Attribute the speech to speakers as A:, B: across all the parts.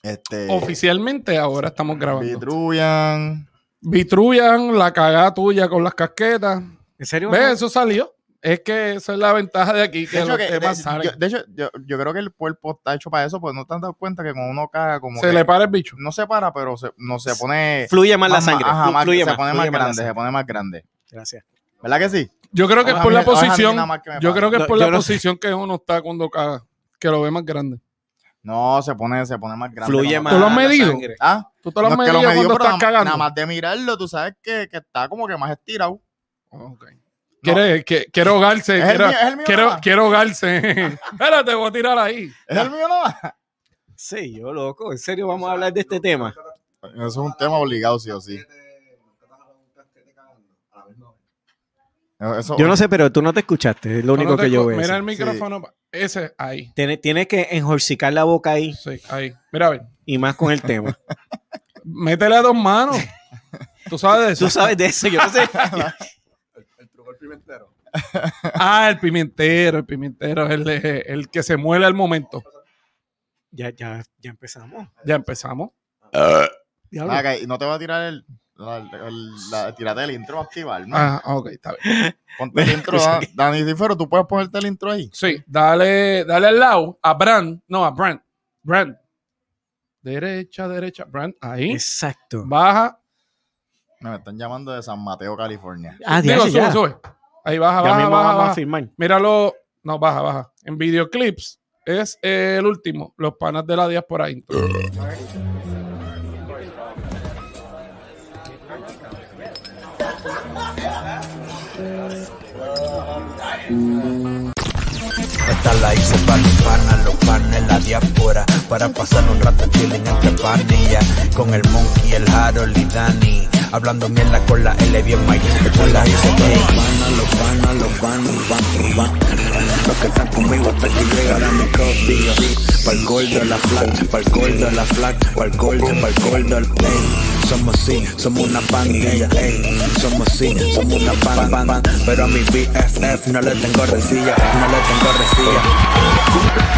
A: Este,
B: Oficialmente ahora estamos grabando.
A: Vitruvian.
B: Vitruvian, la cagada tuya con las casquetas.
C: ¿En serio?
B: ¿Ves? Eso salió. Es que esa es la ventaja de aquí, que
A: De hecho,
B: los
A: que-
B: temas
A: de-
B: salen.
A: yo, de hecho, yo, yo creo que el cuerpo está hecho para eso, pues no te han dado cuenta que cuando uno caga, como
B: Se
A: que
B: le para el bicho.
A: no se para, pero se, no se pone
C: Fluye más la
A: Eh, más-
C: sangre.
A: ajá,
C: flu-
A: más-
C: fluye
A: se pone más
C: fluye la
A: grande, se
C: sangre.
A: pone más grande.
C: Gracias.
A: ¿Verdad que sí?
B: Yo creo que es
A: Ahora
B: por
A: a
B: la
A: mí- ahora a mí
B: posición.
A: nada más que me
B: Yo
A: pasa.
B: creo que es
C: No,
B: por
C: yo
B: la
C: no sé.
B: posición que uno está cuando caga, que lo ve más grande.
A: No, se pone, se pone más grande.
C: Fluye
A: cuando
C: más.
B: ¿Tú lo has
A: caga.
C: la
B: medido?
C: sangre.
A: Ah,
B: Tú te lo has
A: no es que
B: medido
A: lo medió,
B: cuando
A: pero
B: estás
A: nada,
B: cagando.
A: nada más de mirarlo, tú sabes que, que está como que más estirado.
B: Ok. Quiere, que- quiere ahogarse.
A: Es el
B: quiere,
A: mío, es el mío
B: quiero,
A: nada más.
B: quiero ahogarse. Espérate, voy a tirar ahí.
A: Es el mío nada más.
C: Sí, yo loco. ¿En serio vamos a hablar de este tema?
A: Eso es un tema obligado, sí o sí. Eso,
C: Yo no sé, pero tú no te escuchaste. Es lo único
B: Cuando te
C: que yo
B: escu-
C: veo.
B: Mira el
C: sí.
B: micrófono. pa- Ese, ahí.
C: Tiene- Tienes que enjorcicar la boca ahí
B: Sí, ahí. Mira, a ver.
C: y más con el tema.
B: Métele a dos manos. Tú sabes de eso.
C: Tú sabes de eso, yo no sé.
B: Ah, el pimentero, el pimentero, el, eh, el que se muele al momento.
C: ya, ya, ya empezamos.
B: Ya empezamos. Diablo.
A: Ah, ok, no te va a tirar el. La, el- la- tírate el intro activa, hermano.
B: Ah, ok, está bien.
A: Ponte el intro,
C: Escucha
A: Dan- Dani Cifero, tú puedes ponerte el intro ahí.
B: Sí, dale, dale al lado a Brand. No, a Brand. Brand. Derecha, derecha. Brand, ahí.
C: Exacto.
B: Baja.
A: No, me están llamando de San Mateo, California.
C: Ah,
B: Digo,
C: diache,
B: sube,
C: ya.
B: sube. Ahí baja,
C: Ya
B: baja,
C: mismo
B: baja,
C: vamos a
B: baja.
C: firmar.
B: Míralo. No, baja, baja. En videoclips es el último. Los panas de la diáspora intro.
D: Esta la hice para los panas, los panas en la diáspora Para pasar un rato este chilling entre pandillas Con el Monkey, el Harold y Dani Hablando mierda con la L bien Mike Pues la hice para los panas, los panas, los panas, van, van, van. Los que están conmigo hasta que llegan a mi copio Pa'l gordo, la flaca, pa'l gordo, la flaca Pa'l gordo, pa'l gordo, el ey. Somos sí, somos una pandilla, ey. Somos sí, somos una pan, pan, pan. Pero a mi BFF no le tengo resilla, no le tengo resilla.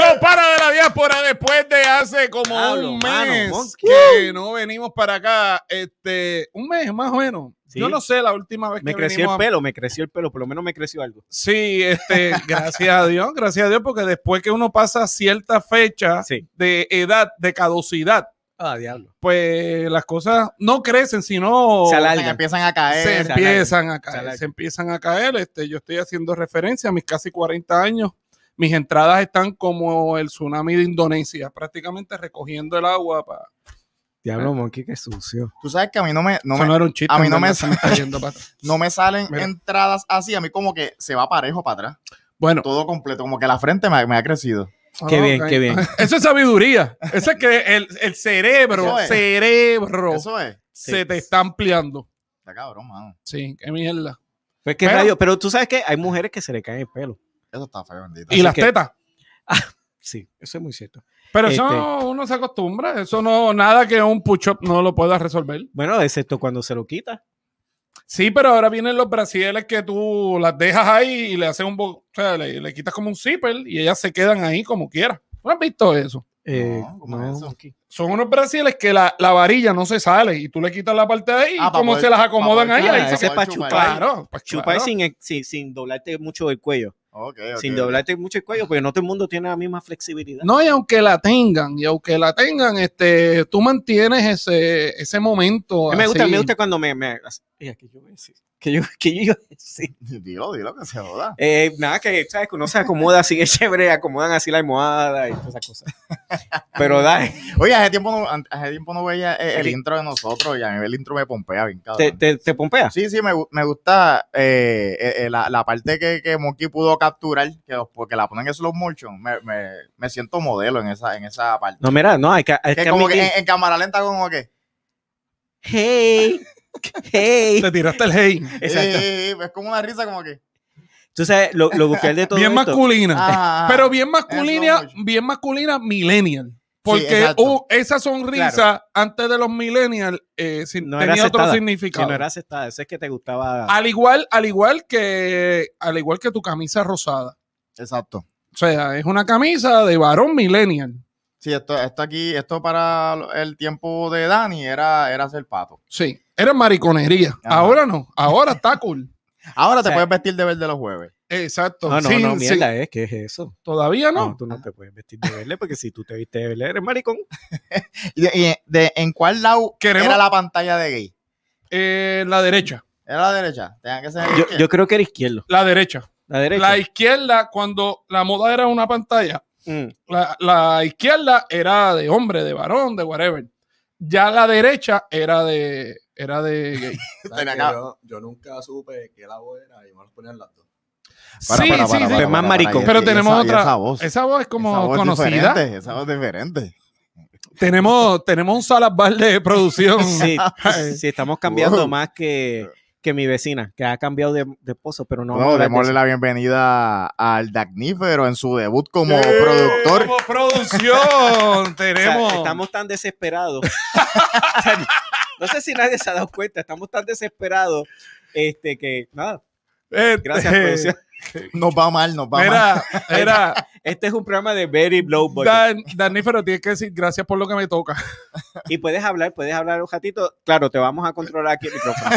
B: Los para de la diáspora después de hace como
C: Diablo,
B: un
C: mano,
B: mes
C: monkey.
B: que no venimos para acá. Este, un mes más o menos.
C: Sí.
B: Yo no sé la última vez
C: Me
B: que
C: creció
B: venimos
C: el
B: a-
C: pelo, me creció el pelo, por lo menos me creció algo.
B: Sí, este, gracias a Dios, gracias a Dios, porque después que uno pasa cierta fecha
C: Sí.
B: de edad, de caducidad,
C: Ah, diablo.
B: pues las cosas no crecen, sino
C: Se alarga.
A: Empiezan, empiezan a
B: se
A: caer.
C: Sí.
B: empiezan a caer,
C: Salario.
B: se empiezan a caer. Este, yo estoy haciendo referencia a mis casi 40 años. Mis entradas están como el tsunami de Indonesia, prácticamente recogiendo el agua para...
C: Diablo, monkey, qué sucio.
A: Tú sabes que a mí no me, no
B: Eso
A: me,
B: no era un chiste,
A: a mí
B: en
A: no
B: verdad,
A: me-
B: se está yendo para atrás.
A: no me salen
B: Mira.
A: entradas así. A mí como que se va parejo para atrás.
B: Bueno,
A: Todo completo. Como que la frente me, ha- me ha crecido.
C: Qué
B: ah,
C: bien,
B: ok.
C: qué bien.
B: Eso es sabiduría. Eso es que el, el cerebro,
A: Eso es.
B: cerebro,
A: Eso es.
B: se
C: Sí.
B: te está ampliando.
A: Está cabrón, mano.
B: Sí, qué mierda.
C: Pues qué
B: Pero-
C: rayo, pero tú sabes que hay mujeres que se le caen el pelo.
A: Eso está feo, bendito.
B: Y las
C: que-
B: tetas.
C: Sí, eso es muy cierto.
B: Pero eso
C: Este-
B: no- uno se acostumbra. Eso no, nada que un push-up no lo pueda resolver.
C: Bueno, excepto cuando se lo quita.
B: Sí, pero ahora vienen los brasiles que tú las dejas ahí y le haces un bo- o sea, le, le quitas como un zipper y ellas se quedan ahí como quieras. ¿No has visto eso?
C: Eh,
A: ¿cómo es eso?
C: monkey.
B: Son unos brasiles que la, la varilla no se sale y tú le quitas la parte de ahí
A: Ah, pa'
B: y cómo
A: poder-
B: se las
A: pa'
B: acomodan
A: poder
B: ahí.
A: chupar,
B: ahí
C: Ah,
B: se
C: ese
B: queda-
C: es
A: poder
C: pa'
A: chupar.
C: chupar.
B: Claro, pues
C: Chupar
B: claro.
C: sin, sin, sin doblarte mucho el cuello.
A: Ok, ok.
C: Sin doblarte mucho el cuello, porque no todo el mundo tiene la misma flexibilidad.
B: No, y aunque la tengan, y aunque la tengan, este, tú mantienes ese, ese momento.
C: A mí me gusta,
B: así.
C: me gusta cuando me. me Mira, ¿qué yo voy a decir? ¿Qué yo, qué yo iba a decir?
A: Dilo, dilo que se joda.
C: Eh, nada, que ¿sabes? que uno se acomoda así, es chévere, acomodan así la almohada y todas esas cosas. Pero dale,
A: Oye, hace tiempo no, an- hace tiempo no veía eh, el
C: Sí.
A: intro de nosotros y a mí el intro me pompea bien, cabrón.
C: te, te, te pompeas.
A: Sí, sí, me, gu- me gusta eh, eh, eh, la, la parte que, que Monkey pudo capturar, que, los- porque la ponen en slow motion. Me, me, me siento modelo en esa, en esa parte.
C: No, mira, no, hay que. Hay
A: Que
C: que
A: como que eh, en,
C: admitir-
A: en cámara lenta, como que.
C: Hey, hey.
B: Te tiraste el hey.
C: Exacto.
A: eh, eh, eh, es como una risa, como que.
C: Tú sabes, lo, lo bufial de todo
B: Bien
C: esto.
B: masculina.
A: ah,
B: Pero bien
A: Eso
B: masculina,
A: mucho.
B: bien masculina, millennial.
A: Sí,
B: Porque
A: exacto.
B: uh, esa sonrisa
C: Claro.
B: antes de los millennials eh, sin-
C: No era
B: tenía otro
C: aceptada. Que
B: significado.
C: no era aceptada. Eso es que te gustaba.
B: Al igual, al igual que al igual que tu camisa rosada.
A: Exacto.
B: O sea, es una camisa de varón millennial.
A: Sí, esto, esto aquí, esto para lo- el tiempo de Dani era, era ser pato.
B: Sí, era mariconería.
A: Ajá.
B: Ahora no, ahora está cool.
A: Ahora te
C: O sea,
A: puedes vestir de verde los jueves.
B: Exacto.
C: no, no,
B: Sí,
C: no,
B: sí.
C: mierda, es que es eso.
B: Todavía no.
C: No, tú no te puedes vestir de verde porque si tú te viste de verde eres maricón.
A: ¿Y de, y de- en cuál lado
B: Queremos-
A: era la pantalla de gay?
B: Eh, la derecha,
A: Era la derecha. Tenía que ser.
C: Yo, yo creo que era izquierdo.
B: la derecha.
C: La derecha.
B: La izquierda, cuando la moda era una pantalla,
C: Mm.
B: la, la izquierda era de hombre, de varón, de whatever. Ya la derecha era de era de gay.
A: Tenía
E: que
A: que-
E: yo, yo nunca supe qué lado era y me los ponían las dos.
A: Para, para,
B: sí, sí,
A: para,
B: sí.
A: para,
C: Pues más
A: para,
C: maricón.
A: y-
B: Pero
A: y
B: tenemos
A: esa- y
B: otra-
A: Esa voz.
B: Esa voz es como
A: Esa voz
B: conocida.
A: diferente, esa voz diferente.
B: Tenemos, tenemos un salazar de producción.
C: Sí,
B: Ay.
C: sí, estamos cambiando
A: Wow.
C: más que, que mi vecina, que ha cambiado de, de esposo, pero no.
A: No,
C: vamos a hablar de
A: démosle
C: eso.
A: la bienvenida al Dagnífero en su debut como productor.
B: Como producción.
C: O sea,
B: tenemos.
C: estamos tan desesperados. O sea, no- no sé si nadie se ha dado cuenta, estamos tan desesperados este, que nada,
B: Eh,
C: gracias,
B: eh,
C: producción.
A: Nos va mal, nos va mal.
B: Mira, mira,
C: Este es un programa de Very Blow Budget.
B: Dan, Danífero, tienes que decir gracias por lo que me toca.
C: Y puedes hablar, puedes hablar un ratito. Claro, te vamos a controlar aquí el micrófono.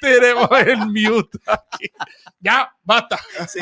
B: tenemos el mute aquí. Ya, basta.
C: Sí.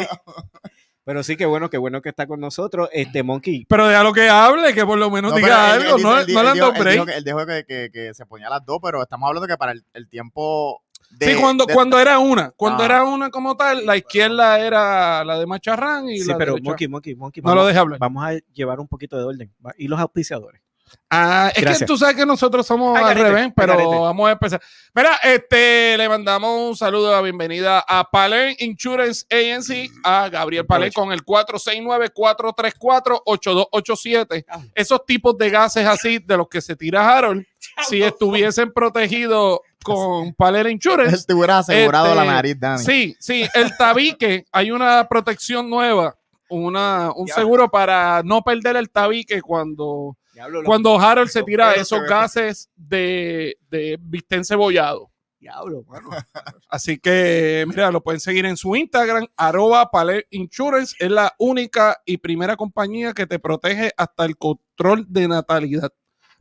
C: Pero sí, qué bueno, qué bueno que está con nosotros. Este Monkey,
B: Pero déjalo que hable, que por lo menos diga
A: pero él-
B: algo.
A: él
B: no
A: dice- él
B: no le han
A: dijo-
B: dado
A: él dijo
B: break.
A: que- Él dijo que, que- que se ponía a las dos, pero estamos hablando que para el, el tiempo. De,
B: sí, cuando,
A: de-
B: cuando era una, cuando
A: Ah.
B: era una como tal, la izquierda era la de Macharrán y
C: sí,
B: la
C: pero
B: derecha-
C: Monkey, Monkey, Monkey.
B: No lo deje hablar.
C: vamos a llevar un poquito de orden. Va- Y los auspiciadores.
B: Ah, es que
C: Gracias.
B: tú sabes que nosotros somos
C: Ay,
B: al
C: garete,
B: revés,
C: ay,
B: pero
C: garete.
B: vamos a empezar. Mira, este, le mandamos un saludo, a bienvenida a Palen Insurance Agency, a Gabriel Palen con el 469-434-8287.
C: Ah.
B: Esos tipos de gases así de los que se tira Harold, si estuviesen protegidos con Palen Insurance,
A: Él te hubiera asegurado
B: Este,
A: la nariz, Dani.
B: Sí, sí, el tabique, hay una protección nueva, una, un
C: Ya.
B: seguro para no perder el tabique cuando,
C: Diablo, los-
B: cuando Harold se tira
A: Pero
B: esos
A: se ve.
B: gases de, de bistec cebollado.
C: Diablo, mano.
E: pues,
B: Así que, mira, lo pueden seguir en su Instagram, arroba Paler Insurance. Es la única y primera compañía que te protege hasta el control de natalidad.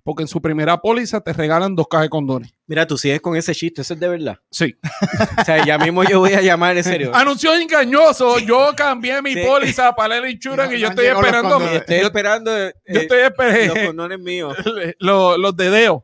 B: Porque en su primera póliza te regalan dos cajas de condones.
C: Mira, tú sigues con ese chiste, eso es de verdad.
B: Sí.
C: O sea, ya mismo yo voy a llamar en serio.
B: Anuncio engañoso. Yo cambié mi
C: Sí.
B: póliza a Paler Insurance
A: No,
B: y yo
A: no
B: estoy
A: llegó los
B: esperando.
A: condones.
C: Estoy
B: Yo,
C: esperando eh,
B: yo estoy
C: eh, los
B: esperando
C: condones míos.
B: los, los dedeos.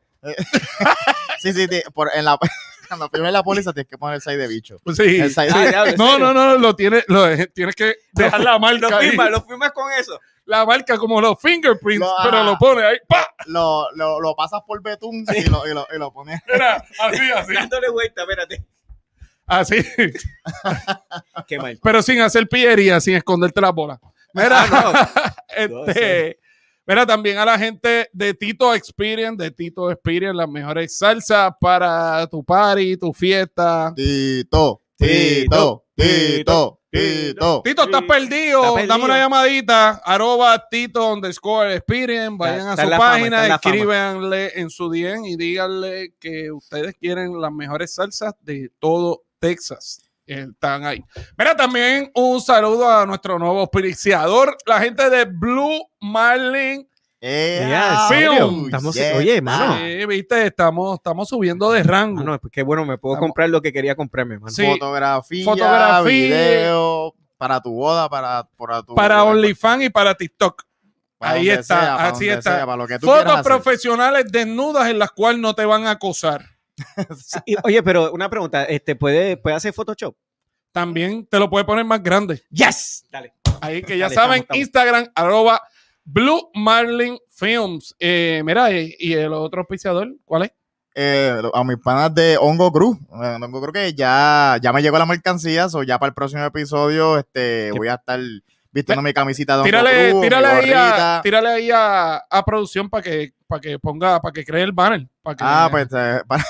A: Sí, sí, sí, por- en la, cuando firmes la póliza tienes que poner el 6 de bicho.
B: Sí.
A: El 6
C: Ah,
A: de
C: diablo, en
B: No,
C: serio.
B: no, no, lo tiene, lo, eh, tienes que dejar la marca.
C: Lo
B: ahí.
C: firmas, lo firmas con eso.
B: La marca como los fingerprints,
A: Lo-
B: pero
A: ah.
B: lo pone ahí. ¡pa!
A: lo, lo, lo pasas por betún y, lo, y, lo, y lo pones.
B: Era así, así.
C: Dándole vuelta, espérate.
B: Así.
C: Qué mal.
B: Pero sin hacer pillería, sin esconderte las bolas. Mira,
C: Ah, no,
B: este, mira también a la gente de Tito Experience, de Tito Experience, las mejores salsas para tu party, tu fiesta.
A: Tito, Tito, Tito, Tito.
B: Tito, estás
C: Sí.
B: perdido.
C: Está perdido.
B: Dame una llamadita. Arroba Tito underscore Experience. Vayan
C: Está- está
B: a
C: en
B: su
C: la fama, está
B: página,
C: en la fama.
B: escríbanle en su DM y díganle que ustedes quieren las mejores salsas de todo Texas. Eh, Están ahí. Mira, también un saludo a nuestro nuevo auspiciador, la gente de Blue Marlin.
A: Eh,
C: Ya,
B: ¿en serio?
A: uy,
C: Estamos-
A: yes,
C: oye, hermano.
A: ah,
B: Sí, viste, estamos, estamos subiendo de rango.
C: Mano, pues qué bueno, me puedo
B: Vamos.
C: comprar lo que quería comprarme, mano.
B: Sí.
A: Fotografía,
B: Fotografía.
A: video, para tu boda, para, para tu...
B: para OnlyFans y para TikTok.
A: para
B: ahí
A: donde
B: está,
A: sea, para
B: así
A: donde
B: está.
A: sea, para lo que tú quieras
B: Fotos
A: hacer.
B: profesionales desnudas en las cuales no te van a acosar.
C: Sí, y- oye, pero una pregunta, este, ¿puede, ¿puede hacer Photoshop?
B: También te lo puede poner más grande.
C: ¡Yes! Dale.
B: Ahí que ya
C: Dale,
B: saben,
C: estamos, estamos.
B: Instagram, arroba Blue Marlin Films. Eh, mira, eh, y el otro auspiciador, ¿cuál es?
A: eh, a mis panas de Hongo Cruz. Eh, Hongo Cruz que ya, ya me llegó la mercancía, o ya para el próximo episodio este, voy a estar vistiendo mi camisita de Hongo
B: Tírale,
A: Cruz, mi
B: tírale ahí, a,
A: gorrita.
B: tírale ahí a, a producción para que, para que ponga, para que cree el banner. para que-
A: Ah, pues eh, para,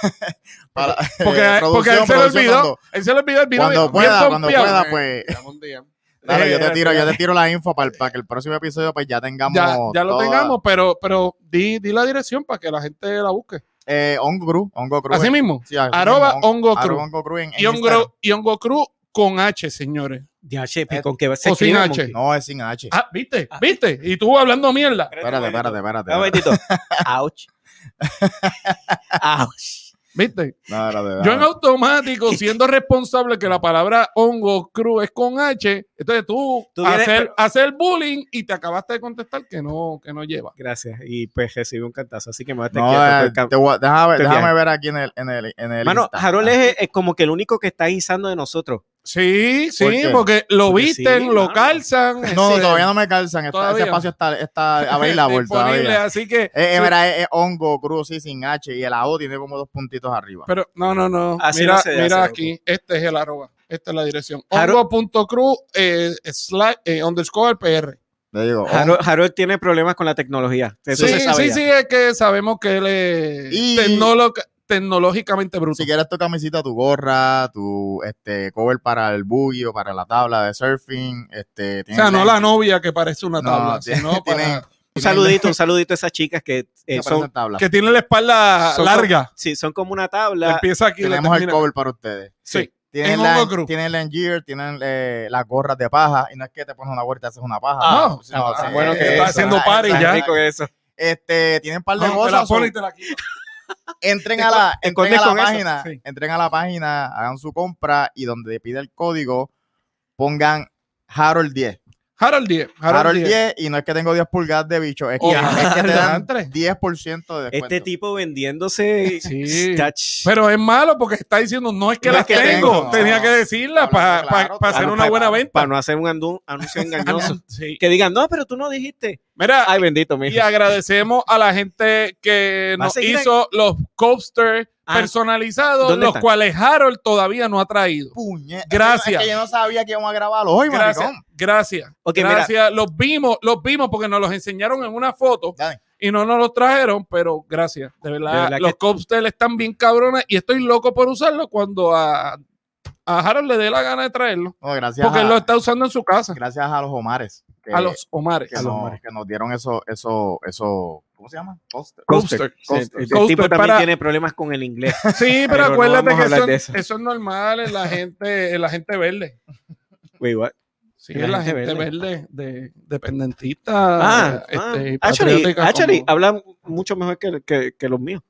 A: para- eh,
B: porque, porque a él
A: producción,
B: se le
A: producción,
B: olvidó,
A: cuando-
B: él se le olvidó el video.
A: cuando
B: bien
A: pueda, cuando
B: pompeado.
A: pueda, pues
E: Llama un día.
A: Claro, yo te
B: Eh,
A: tiro, yo te tiro la info para, que el próximo episodio pues ya tengamos.
B: Ya, ya lo
A: toda-
B: tengamos, pero, pero di, di la dirección para que la gente la busque.
A: Eh, Hongo Crew, Hongo Crew.
B: Así mismo.
A: Sí, así
B: Arroba
A: mismo,
B: Hongo
A: arroba
B: Crew.
A: Hongo Crew en- en
B: Y
A: Instagram.
B: Hongo- Y Hongo Crew con H, señores.
C: Ya, Chepi, con que se
B: Eh, O sin
C: escribe,
B: H.
C: monkey.
A: No, es sin H.
B: Ah, ¿viste? ¿Viste? Y tú hablando mierda.
A: espérate, espérate, espérate.
C: Un
B: ah,
C: momentito. Ouch. Ouch.
B: ¿Viste?
A: No, espérate,
B: Yo en
A: espérate.
B: automático, siendo responsable que la palabra hongo cruz es con H, entonces tú,
C: Tú vienes-
B: hacer, hacer bullying y te acabaste de contestar que no, que no lleva.
C: Gracias. Y pues recibí un cantazo, así que me voy a estar
A: No,
C: quieto,
A: eh,
C: pues, cam-
A: te voy a- déjame,
C: Te
A: déjame
C: viaje.
A: ver aquí en el, en el, en el
C: Mano,
A: Insta.
C: Harold es, es como que el único que está guisando de nosotros.
B: Sí, sí,
A: ¿Por qué?
B: porque lo
C: Porque
B: visten,
C: sí,
B: lo
C: mano.
B: calzan.
A: No,
B: ese-
A: todavía no me calzan. está-
B: Todavía.
A: Ese espacio está, está available
B: disponible,
A: todavía.
B: así que.
A: Eh, eh, mira, es, es hongo, cruz, sí, sin H. Y el AO tiene como dos puntitos arriba.
B: Pero no, no, no.
C: Así
B: mira
C: no se hace,
B: mira
C: loco.
B: aquí, este es el arroba, esta es la dirección.
C: Harold-
B: Hongo.cruz eh, slash, eh, underscore PR.
A: Le digo,
B: Ah,
A: hongo.
C: Harold, Harold tiene problemas con la tecnología. Eso
B: Oh. sí,
C: se sabe
B: sí,
C: ya.
B: sí, es que sabemos que él es
A: Y-
B: tecnolo- tecnológicamente bruto.
A: si quieres tu camisita, tu gorra, tu este cover para el buggy o para la tabla de surfing, este,
B: O sea, no la novia que parece una
A: No,
B: tabla,
A: tiene-
B: sino para-
A: tienen-
C: Un saludito, un saludito a esas chicas que eh, son,
A: tabla.
B: que tiene la espalda
C: Son-
B: larga.
C: sí, son como una
B: La,
C: tabla.
B: empieza aquí y la
A: Tenemos el
B: termina-
A: cover para ustedes.
B: Sí.
A: Tienen
B: En
A: la,
B: Hongo Crew.
A: tienen la Engear, tienen eh, las gorras de paja, y no es que te pones una vuelta y haces una paja.
B: Ah,
A: no,
B: está- está
A: sí,
B: bueno
A: eh,
B: que
A: eh,
B: está
A: eso,
B: haciendo
A: ah,
B: party
A: está
B: ya.
A: rico.
C: eso.
A: Este, tienen un par de
B: No, te la
A: cosas.
B: pone y
A: so-
B: te la quita.
A: entren a la,
C: te
A: entren
C: escondes
A: a la
C: con eso,
A: página,
B: sí.
A: entren a la página, hagan su compra y donde te pide el código, pongan Harold 10.
B: Harold 10.
A: Harold,
B: Harold 10.
A: 10. y no es que tengo 10 pulgadas de bicho, es que,
B: Oh,
A: es que te dan
B: diantre.
A: 10% de descuento.
C: Este tipo vendiéndose.
B: Sí.
C: Está-
B: Pero es malo porque está diciendo, no es que
C: No
B: las
C: es que
B: tengo.
A: tengo, no.
B: Tenía que decirla
A: Hablando
B: para
A: claro, claro.
B: hacer
C: Ah,
B: una
C: pa-
B: buena
C: Para
B: venta.
C: no hacer un andu- anuncio engañoso.
B: Sí.
C: que digan, no, pero tú no dijiste.
B: Mira,
C: Ay, bendito, mi
B: y agradecemos a la gente que
C: ¿Va a
B: nos
C: seguir
B: hizo los coasters
C: Ah,
B: personalizados,
C: ¿dónde
B: los
C: están?
B: cuales Harold todavía no ha traído.
A: Puñe-
B: Gracias.
A: Es que yo no sabía que íbamos a grabarlo hoy,
B: Gracias,
A: maricón.
B: gracias.
C: Ok, mira.
B: gracias. Los vimos, los vimos porque nos los enseñaron en una foto
A: Dale.
B: y no nos los trajeron, pero gracias. De verdad,
C: De verdad
B: los
C: que-
B: cocktails están bien cabrones y estoy loco por usarlo cuando a, a Harold le dé la gana de traerlo.
A: No, gracias,
B: Porque
A: a,
B: él lo está usando en su casa.
A: gracias a los Omares. que-
B: A los Omares.
A: que, nos, que nos dieron eso, eso, eso, ¿cómo se llama? Coaster.
B: Coaster.
A: Coaster.
C: El
B: Coaster
C: este tipo también
B: para-
C: tiene problemas con el inglés.
B: Sí, pero,
C: Pero no
B: acuérdate
C: vamos a
B: que
C: hablar
B: eso,
C: de eso.
B: eso es normal en la gente, en la gente verde.
C: Wait, what?
B: Sí,
C: De la
B: es la gente
C: gente
B: verde, de dependentista.
C: Ah,
B: este,
C: ah.
B: y
C: actually,
B: patriótica
C: actually,
B: como-
C: habla mucho mejor que, que- que los míos.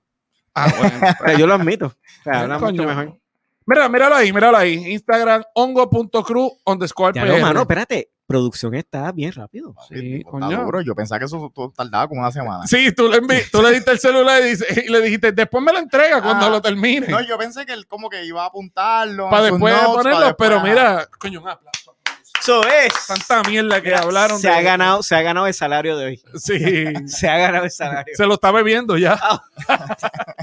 B: Ah, bueno.
C: O sea, yo lo admito. O sea, habla
B: Coño.
C: mucho mejor.
B: Mira, míralo ahí, míralo ahí. Instagram, hongo.cru underscore
C: Ya no,
B: PR.
C: mano, espérate. Producción está bien rápido.
B: Sí,
A: Está
B: coño.
A: duro, Yo pensaba que eso tardaba como una semana.
B: Sí, tú le, envi- tú le diste el celular y, dice- y le dijiste, después me lo entrega cuando
A: Ah.
B: lo termine.
A: No, yo pensé que él como que iba a apuntarlo. en
B: para
A: sus
B: después
A: notes, para
B: ponerlo,
A: después- ah,
B: pero mira, coño, un aplauso.
C: Eso es.
B: Tanta mierda que hablaron.
C: se
B: de-
C: ha ganado, se ha ganado el salario de hoy.
B: Sí,
C: Se ha ganado el salario.
B: se lo está bebiendo ya.
A: Ah.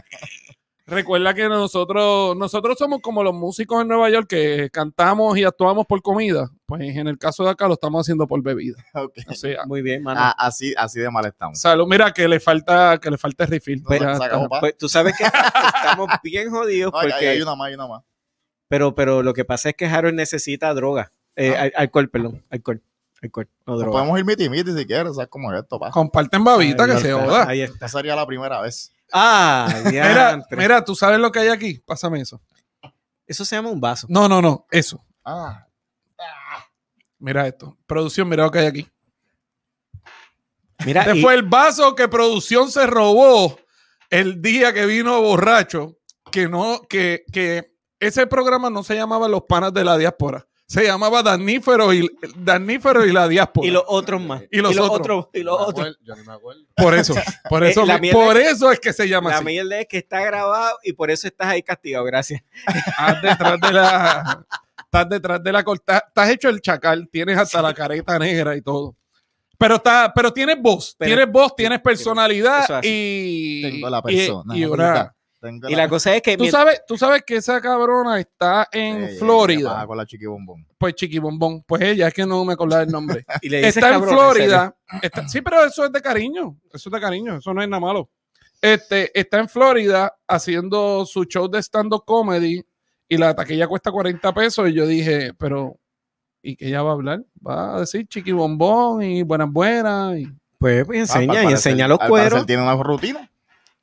B: Recuerda que nosotros, nosotros somos como los músicos en Nueva York que cantamos y actuamos por comida. Pues en el caso de acá lo estamos haciendo por bebida.
A: Ok.
B: O sea,
C: Muy bien, mano.
A: Ah, así, así de mal estamos.
B: salud, mira que le falta, que le falta el refill.
A: No,
B: Ya
A: se
B: está.
A: acabó, pa.
C: Pues, tú sabes que estamos bien jodidos
A: No, hay-
C: porque
A: hay, hay una más, hay una más.
C: pero pero lo que pasa es que Harold necesita droga, Eh,
A: Ah.
C: al- alcohol, perdón, alcohol, alcohol, no
A: Nos
C: droga.
A: podemos ir miti miti si quieres, ¿sabes cómo es esto, pa?
B: Comparten babita
C: Ahí
B: que
C: está,
B: se joda.
C: Ahí está.
A: Esa sería la primera vez.
C: Ah,
B: Mira,
C: diantre.
B: mira, tú sabes lo que hay aquí. Pásame eso.
C: eso se llama un vaso.
B: No, no, no, eso.
A: Ah,
B: Mira esto. Producción, mira lo que hay aquí.
C: Mira,
B: Este
C: y-
B: fue el vaso que producción se robó el día que vino borracho, que no, que, que ese programa no se llamaba Los Panas de la Diáspora, se llamaba Danífero y, Danífero y la Diáspora.
C: y los otros más.
B: Y los otros.
C: y
A: Ah,
C: los otros.
E: Yo ni me acuerdo.
B: Por eso, por
C: Eh,
B: eso,
C: la
B: me-
C: mierda-
B: por eso es que se llama
C: La
B: así.
C: mierda es que está grabado y por eso estás ahí castigado, gracias.
B: Estás detrás de la, estás detrás de la corta, estás hecho el chacal, tienes hasta la careta negra y todo. Pero está, pero tienes voz,
C: Pero-
B: tienes voz, tienes
C: Eso
B: personalidad
C: es así.
B: y
A: tengo la
B: y-
A: persona.
B: y una-
A: Tengo
C: Y la cosa es que
B: Tú
C: mien-
B: sabes, tú sabes que esa cabrona está en
A: Sí,
B: Florida.
A: ¿qué pasa con la chiquibombón?
B: Pues chiquibombón. Pues ella, es que no me acordaba el nombre.
C: y le dices
B: está en
C: cabrón, serio.
B: Florida. está- sí, pero eso es de cariño. Eso es de cariño. Eso no es nada malo. Este, está en Florida haciendo su show de stand-up comedy y la taquilla cuesta 40 pesos. Y yo dije, pero y que ella va a hablar. Va a decir chiqui bombón y buenas buenas. Y...
C: Pues, pues,
A: Al
C: enseña y
A: parecer-
C: enseña los
A: al
C: cueros.
A: parecer tiene una rutina.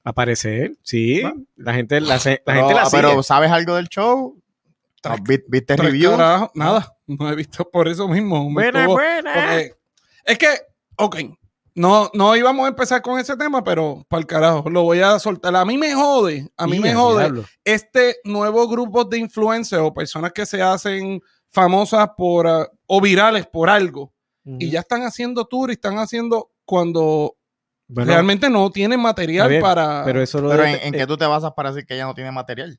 C: Aparecer, sí.
A: Ah.
C: La gente la, se- la,
A: pero,
C: gente la
A: ah,
C: sigue.
A: pero ¿sabes algo del show?
B: Tres-
A: ¿Vi- ¿Viste
B: Tres
A: review?
B: carajos, nada, no he visto por eso mismo. me
C: Buena,
B: estuvo-
C: buena.
B: porque- es que, ok, no, no íbamos a empezar con ese tema, pero para el carajo, lo voy a soltar. A mí me jode, a mí
C: Y
B: me
C: al
B: jode
C: diablo.
B: este nuevo grupo de influencers o personas que se hacen famosas por ah, o virales por algo y ya están haciendo tour y están haciendo cuando
C: Bueno,
B: realmente ah, no tienen material
C: está bien,
B: para
C: Pero eso lo
A: Pero
C: de-
A: en, en qué tú te basas para decir que ella no tiene material?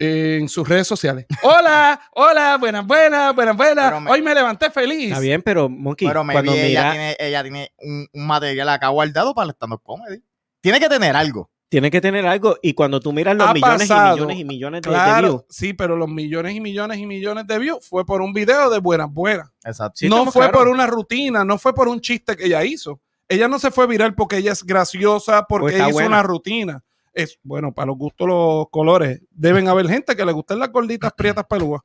B: eh, en sus redes sociales. hola, hola, buenas, buenas, buenas,
A: Pero
B: buenas.
A: me-
B: Hoy me levanté feliz.
C: Está bien, pero Monkey,
A: Pero maybe
C: cuando
A: ella,
C: mira, tiene...
A: tiene, ella tiene un, un material acá guardado para el stand-up comedy. Tiene que tener algo.
C: que tener algo. Y cuando tú miras los
B: Ha
C: millones
B: pasado,
C: y millones y millones de, de views,
B: Claro, sí, pero los millones y millones y millones de views fue por un video de buenas, buenas.
A: Exacto.
C: Sí,
B: no
C: estamos
B: fue
C: claros.
B: por una rutina, no fue por un chiste que ella hizo. Ella no se fue viral porque ella es graciosa,
C: O
B: porque
C: está
B: hizo
C: buena.
B: una rutina. Es bueno, para los gustos, los colores. Deben haber gente que le gusten las gorditas prietas pelúas.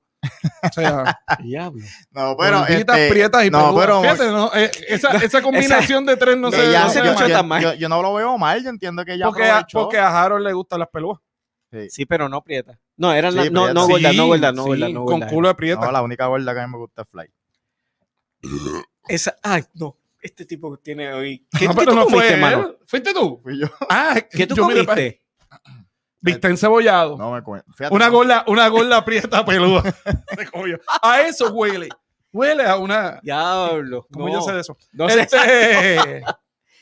B: O sea,
C: diablo.
A: No, pero.
B: gorditas
A: este,
B: prietas y
A: no,
B: pelúas.
A: pero
B: Fíjate, no, eh, esa, esa combinación de tres no
A: que
B: se,
A: ella-
B: no se
C: le
A: yo,
B: ve mal.
C: escucha
A: yo-
C: tan mal.
A: yo- yo no lo veo mal. Yo entiendo que ella
B: porque, a,
A: aprovechó.
B: porque a Harold le gustan las pelúas.
C: Sí, pero no prieta. No, eran
A: Sí,
C: la- no,
A: prieta.
C: no
B: Sí,
C: gorda, no gorda, no
B: sí,
C: gorda, no
B: Con
C: gorda.
B: culo de prieta.
A: No, la única gorda que a mí me gusta es Fly.
C: Esa, ay, no. Este tipo que tiene hoy.
B: No,
C: ¿Qué,
B: pero
C: qué tú
B: no fue
C: comiste,
B: él.
C: mano?
B: ¿Fuiste tú?
A: Fui yo.
B: Ah,
C: ¿Qué tú
B: yo miré pa-
C: comiste?
B: Viste encebollado.
A: No me cuento. Fíjate,
B: Una
A: no.
B: gorla, una gorla prieta peluda. Se comió. a eso huele. Huele a una.
C: Diablo.
B: ¿Cómo
C: no.
B: yo sé de eso?
C: No sé.
B: Este,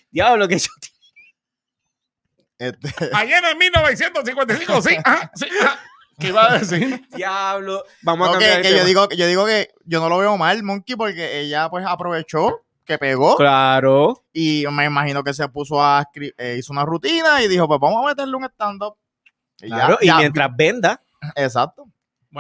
C: Diablo, que yo.
A: Este,
B: ayer en 1955, sí, ajá, sí, ajá. ¿Qué iba a decir?
C: Diablo. Vamos a
A: no,
C: cambiar
A: que,
C: de
A: que yo
C: tema.
A: digo, yo digo que yo no lo veo mal, Monkey, porque ella pues aprovechó que pegó
C: Claro.
A: y me imagino que se puso a escri- eh, hizo una rutina y dijo, pues vamos a meterle un stand-up. Y ya,
C: claro.
A: ya,
C: Y mientras venda,
A: Exacto.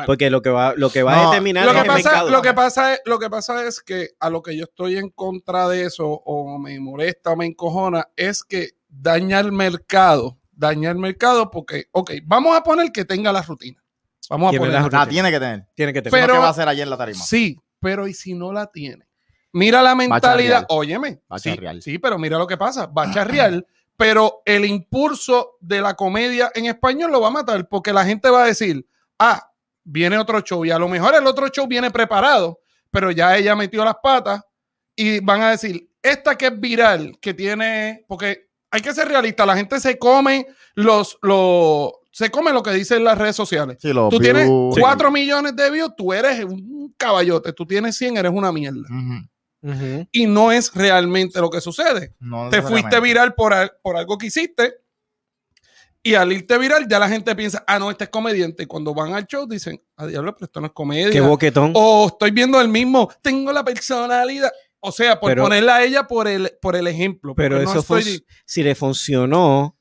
C: porque lo que va, lo que va a
A: No,
C: determinar
B: Lo
C: es
B: que,
C: el
B: pasa,
C: mercado.
B: lo, que pasa es, lo que pasa es que a lo que yo estoy en contra de eso, o me molesta, o me encojona, es que daña el mercado. Daña el mercado porque, ok, vamos a poner que tenga la rutina. Vamos a
C: Tiene
B: poner
C: la
A: La
C: rutina.
A: tiene que tener.
C: Tiene que
A: Pero,
C: tener.
B: Pero-
A: que va a hacer ayer en la tarima?
B: Sí, pero ¿y si no la tiene? Mira la mentalidad.
A: charrear.
B: Óyeme.
A: Va a
B: sí,
A: charrear.
B: sí, pero mira lo que pasa. Va a charrear, pero el impulso de la comedia en español lo va a matar porque la gente va a decir, ah, viene otro show y a lo mejor el otro show viene preparado, pero ya ella metió las patas y van a decir, esta que es viral, que tiene, porque hay que ser realista, la gente se come los, los, se come lo que dicen las redes sociales.
A: Sí, lo
B: Tú tienes
A: views.
B: 4 millones de views, tú eres un caballote. Tú tienes 100, eres una mierda.
A: Ujú.
C: Ujú.
B: Y no es realmente lo que sucede.
A: No
B: Te fuiste
A: necesariamente.
B: viral por, al- por algo que hiciste. Y al irte viral, ya la gente piensa, ah, no, este es comediante. Y cuando van al show, dicen, a diablo, pero esto no es
C: Qué
B: comedia.
C: boquetón.
B: o estoy viendo el mismo, tengo la personalidad. O sea, por
C: Pero-
B: ponerla a ella por el, por el ejemplo.
C: pero
B: porque
C: eso
B: no
C: fue,
B: estoy di-
C: si le funcionó,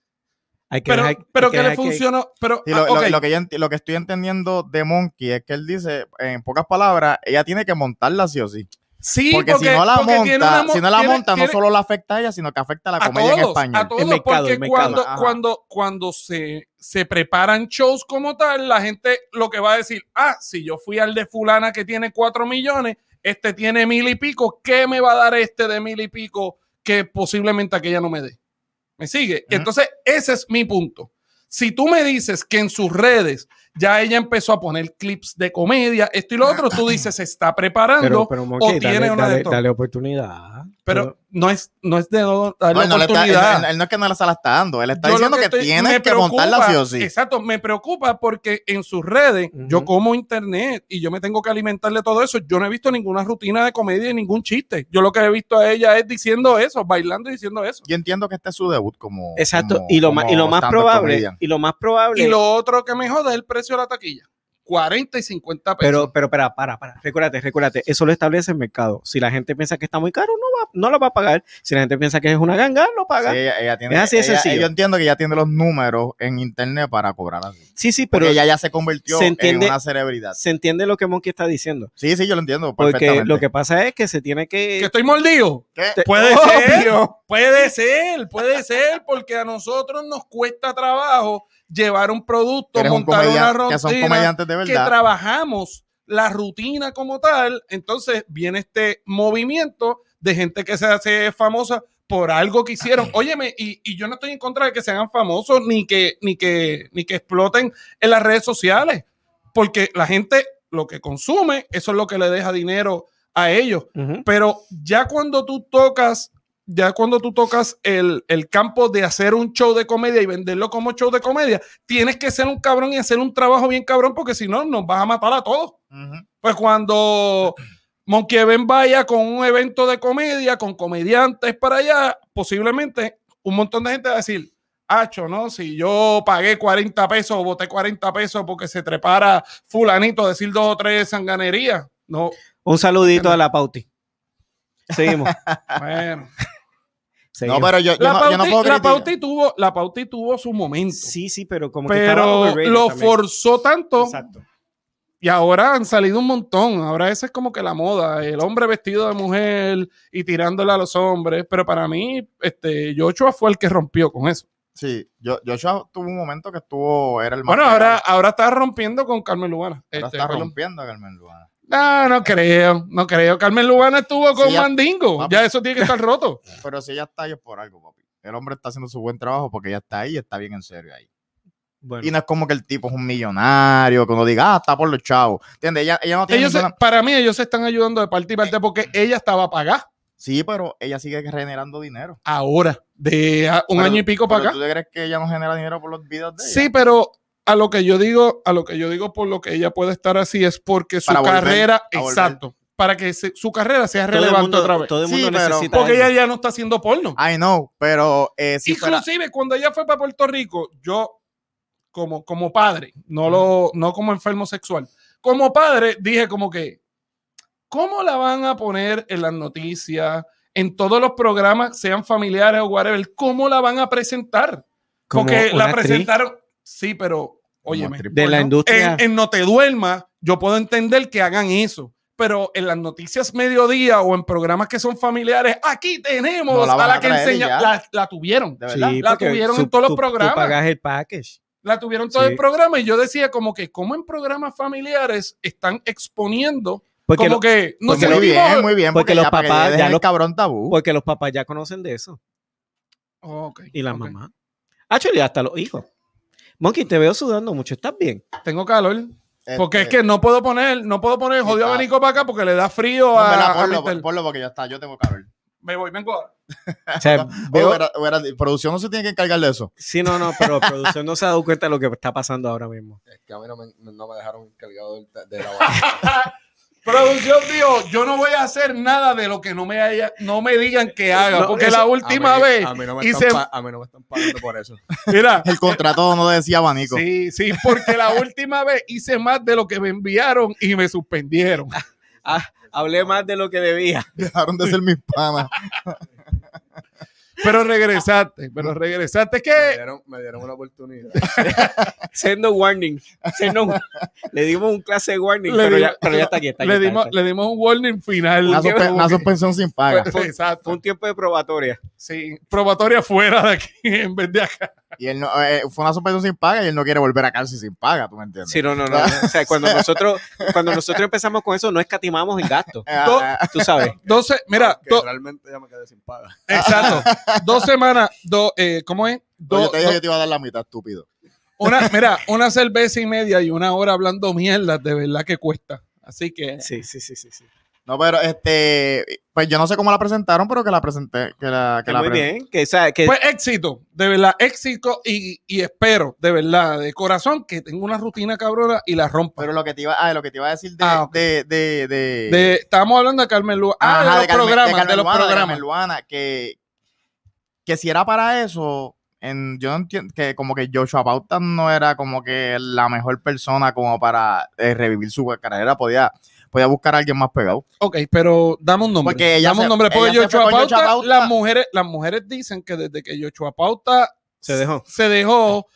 C: hay que
B: Pero,
C: dejar- hay
B: pero que, le
C: dejar
B: funcionó. Pero,
A: Sí, lo,
B: ah,
A: lo-
B: ok.
A: lo que yo enti- lo que estoy entendiendo de Monkey es que él dice, en pocas palabras, ella tiene que montarla sí o sí.
B: sí,
A: Porque, si no la
B: porque
A: monta,
B: tiene una mo-
A: si no la
B: tiene-
A: monta,
B: tiene-
A: no solo la afecta a ella, sino que afecta a la
B: a
A: comedia
B: todos,
A: en español.
B: A todos,
C: El mercado,
B: porque
C: el mercado.
B: Cuando,
A: Ajá.
B: cuando, cuando se, se preparan shows como tal, la gente lo que va a decir, ah, si yo fui al de fulana que tiene cuatro millones, este tiene mil y pico, ¿qué me va a dar este de mil y pico que posiblemente aquella no me dé? ¿Me sigue?
A: Ujú.
B: Entonces, ese es mi punto. Si tú me dices que en sus redes ya ella empezó a poner clips de comedia, esto
A: Ah,
B: y lo otro, tú dices, se está preparando,
C: Pero,
B: pero,
C: pero Monkey,
B: o tiene
C: dale,
B: una de
C: dale,
B: todas.
C: dale oportunidad.
B: no, es, no es de no darle
A: No, él no le está- él-
B: oportunidad.
A: él- él no es que no la se la está dando, él está
B: Yo lo
A: diciendo que,
B: estoy-
A: tienes
B: me
A: que montarla sí o sí.
B: Exacto, me preocupa porque en sus redes
C: Ujú.
B: yo como internet y yo me tengo que alimentar de todo eso. Yo no he visto ninguna rutina de comedia y ningún chiste. Yo lo que he visto a ella es diciendo eso, bailando y diciendo eso.
A: Yo entiendo que este es su debut como.
C: Exacto.
A: como-
C: Y lo, ma- y lo
A: como
C: más
A: stand-up
C: probable,
A: comedian.
C: y lo más probable,
B: Y lo otro que me jode es el precio de la taquilla. 40 y 50 pesos.
C: pero, pero, para, para, para, recuérdate, recuérdate, eso lo establece el mercado. Si la gente piensa que está muy caro, no va, no lo va a pagar. Si la gente piensa que es una ganga, lo paga.
A: Sí,
C: Sí,
A: ella, ella tiene,
C: Es así de
A: ella-
C: sencillo.
A: Yo entiendo que ella tiene los números en internet para cobrar así.
C: sí, pero
A: Porque ella ya se convirtió
C: se
A: en
C: entiende-
A: una celebridad.
C: se entiende lo que Monkey está diciendo.
A: Sí, sí, yo lo entiendo.
C: Porque
A: Perfectamente.
C: lo que pasa es que se tiene
B: que
C: que.
B: estoy mordido.
A: ¿Qué?
B: Puede ser,
C: Obvio.
B: puede ser, puede ser, porque a nosotros nos cuesta trabajo llevar un producto,
A: Eres un
B: montar una
A: comediante, que son
B: rutina,
A: comediantes de
B: que
A: verdad.
B: trabajamos la rutina como tal, entonces viene este movimiento de gente que se hace famosa por algo que hicieron. Óyeme, y, y yo no estoy en contra de que sean famosos ni que, ni que, ni que exploten en las redes sociales, porque la gente lo que consume, eso es lo que le deja dinero a ellos. Pero ya cuando tú tocas, ya cuando tú tocas el, el campo de hacer un show de comedia y venderlo como show de comedia, tienes que ser un cabrón y hacer un trabajo bien cabrón, porque si no, nos vas a matar a todos.
A: Ujú.
B: Pues cuando Monkey Ben vaya con un evento de comedia, con comediantes para allá, posiblemente un montón de gente va a decir, Hacho, ¿no? Si yo pagué 40 pesos, boté 40 pesos porque se trepara fulanito a decir dos o tres sanganerías. No,
C: Un saludito a la Pauti. Seguimos.
A: No,
B: bueno.
C: seguimos.
A: pero yo, yo
B: La
A: no, yo no
B: Pauti,
A: puedo
B: la
A: criticar.
B: Pauti tuvo, la Pauti tuvo su momento,
C: Sí, sí, pero como que estaba
B: pero
C: overrated
B: lo
C: también.
B: forzó tanto
C: Exacto.
B: y ahora han salido un montón. Ahora esa es como que la moda, el hombre vestido de mujer y tirándole a los hombres. Pero para mí, este, Joshua fue el que rompió con eso.
A: Sí, yo, Joshua tuvo un momento que estuvo, era el más
B: Bueno,
A: pegado.
B: ahora, ahora está rompiendo con Carmen Lubana.
A: Ahora
B: Este,
A: está
B: perdón. Ah,
A: rompiendo a Carmen Luana.
B: no, no creo, no creo. Carmen Lubana estuvo con
A: Sí, ya-
B: Mandingo.
A: papi.
B: Ya eso tiene que estar roto.
A: Pero si ella está ahí es por algo, papi. El hombre está haciendo su buen trabajo porque ella está ahí y está bien en serio ahí.
C: Bueno.
A: Y no es como que el tipo es un millonario, que uno diga, ah, está por los chavos. ¿Entiendes? Ella, ella no tiene
B: Ellos se-
A: ninguna- Eh.
B: para mí, ellos se están ayudando de parte y parte porque ella estaba pagada
A: Sí, pero ella sigue generando dinero.
B: ahora, de a- un
A: Pero-
B: año y pico para
A: pero
B: acá.
A: ¿Tú te crees que ella no genera dinero por los videos de ella?
B: Sí, pero a lo que yo digo, a lo que yo digo por lo que ella puede estar así es porque su
A: Para volver,
B: carrera,
A: a volver.
B: exacto, para que se- su carrera sea
C: Todo el
B: relevante
C: mundo-
B: otra vez.
C: Todo el
A: Sí,
C: mundo
A: pero-
C: necesita.
B: Porque
C: algo.
B: ella ya no está haciendo porno.
A: I know, pero eh, si fuera-
B: Inclusive cuando ella fue para Puerto Rico, yo como, como padre, no lo, no como enfermo sexual, como padre dije como que, ¿cómo la van a poner en las noticias, en todos los programas, sean familiares o whatever? ¿Cómo la van a presentar?
C: Como
B: Porque la
C: una actriz
B: presentaron, sí, pero óyeme,
A: actriz
C: de la
A: porno.
C: industria.
B: en, en No Te Duermas, yo puedo entender que hagan eso. Pero en las noticias mediodía o en programas que son familiares, aquí tenemos
A: No la
B: a
A: van
B: la
A: a
B: que
A: traer y
B: enseña.
A: ya.
B: La, la tuvieron.
A: De verdad.
C: Sí,
B: La
C: porque
B: tuvieron en
C: tú-
B: todos los
C: tú-
B: programas.
C: Tú pagas el package.
B: La tuvieron todo
C: Sí.
B: el programa y yo decía como que como en programas familiares están exponiendo
C: Porque,
B: como
C: lo-
B: que no
A: Pues muy
B: sentimos-
A: bien, muy bien,
C: porque
A: porque,
C: los
A: ya, para que
C: papás
A: ya dejen
C: ya
A: el
C: los- Pues,
A: cabrón
B: Uh.
A: tabú.
C: porque los papás ya conocen de eso.
B: Oh, Ok,
C: Y las
B: ok.
C: mamás. Actually, hasta los hijos. Monkey, te veo sudando mucho. ¿Estás bien?
B: Tengo calor. Porque es
A: Este,
B: que no puedo poner, no puedo poner
A: Sí,
B: jodido
A: está.
B: abanico para acá porque le da
A: no,
B: frío
A: en
B: a,
A: verdad,
B: a
A: ponlo,
B: mi tel-
A: pues, ponlo porque ya está, yo tengo cabrón.
B: Me voy, vengo ahora.
C: O sea, veo-
A: producción no se tiene que encargar de eso.
C: Sí, no, no, pero producción no se ha dado cuenta de lo que está pasando ahora mismo.
E: Es que a mí no me, no me dejaron encargado del- de la barra.
B: Producción dijo, yo no voy a hacer nada de lo que no me haya, no me digan que haga,
C: No,
B: porque
C: eso-
B: la última
E: A mí-
B: vez
E: A mí, no me
B: hice,
E: están pa- a mí no me están pagando por eso.
B: mira,
A: El contrato no decía abanico.
B: sí, sí, porque la última vez hice más de lo que me enviaron y me suspendieron.
C: Hablé más de lo que debía.
A: Dejaron de ser mis panas.
B: Pero regresaste, pero regresaste
E: Me
B: que
E: dieron, me dieron una oportunidad.
C: Send no warning. Send no- Le dimos un clase de warning,
B: Le
C: pero,
B: dimos-
C: ya, pero ya está aquí. Está aquí,
B: le
C: está aquí,
B: dimos,
C: está aquí.
B: le dimos un warning final.
A: Una, suspe- una
B: Como que-
A: suspensión sin paga.
B: Pues,
C: Fue
B: Exacto.
C: un tiempo de probatoria.
B: Sí, probatoria fuera de aquí en vez de acá.
A: Y él no, eh, fue una suspensión sin paga y él no quiere volver a cárcel sin paga, ¿tú me entiendes?
C: Sí, no, no, no. O sea, cuando nosotros, cuando nosotros empezamos con eso, no escatimamos en gasto.
A: Eh,
B: Yo-
A: eh,
C: Tú sabes.
B: Entonces, mira,
E: Que
B: do-
E: realmente ya me quedé sin paga.
B: exacto, dos semanas, dos, eh, ¿cómo es?
A: no, Pues yo
B: Dos,
A: te dije que te iba a dar la mitad, estúpido.
B: Una, mira, una cerveza y media y una hora hablando mierda, de verdad que cuesta. Así que
C: Sí, sí, sí, sí. sí.
A: No, pero este, pues yo no sé cómo la presentaron, pero que la presenté, que la, que
C: Que
A: la
C: Pues muy
A: pre-
C: bien. Que, o sea, que
B: Pues éxito, de verdad, éxito y, y espero, de verdad, de corazón, que tenga una rutina cabrona y la rompa.
A: Pero lo que te iba, ah, lo que te iba a decir de,
B: Ah, ok.
A: de, de, de-
B: De- estamos hablando de Carmen Lua. Ah,
A: Ajá,
B: de los
A: Carmen-
B: programas, de,
A: Carmen
B: los
A: Luana, de
B: programas.
A: Carmen Luana, que, que si era para eso, en, yo no entiendo, que como que Joshua Pauta no era como que la mejor persona como para eh, revivir su carrera, podía, podía buscar a alguien más pegado.
B: Ok, pero dame un nombre.
A: Porque ella
B: dame un
A: se-
B: nombre. Porque
A: ella se fue
B: Yochoa
A: con Yochoa
B: Pauta,
A: Pauta.
B: Las, mujeres, las mujeres dicen que desde que Yochoa Pauta
C: se dejó.
B: se dejó,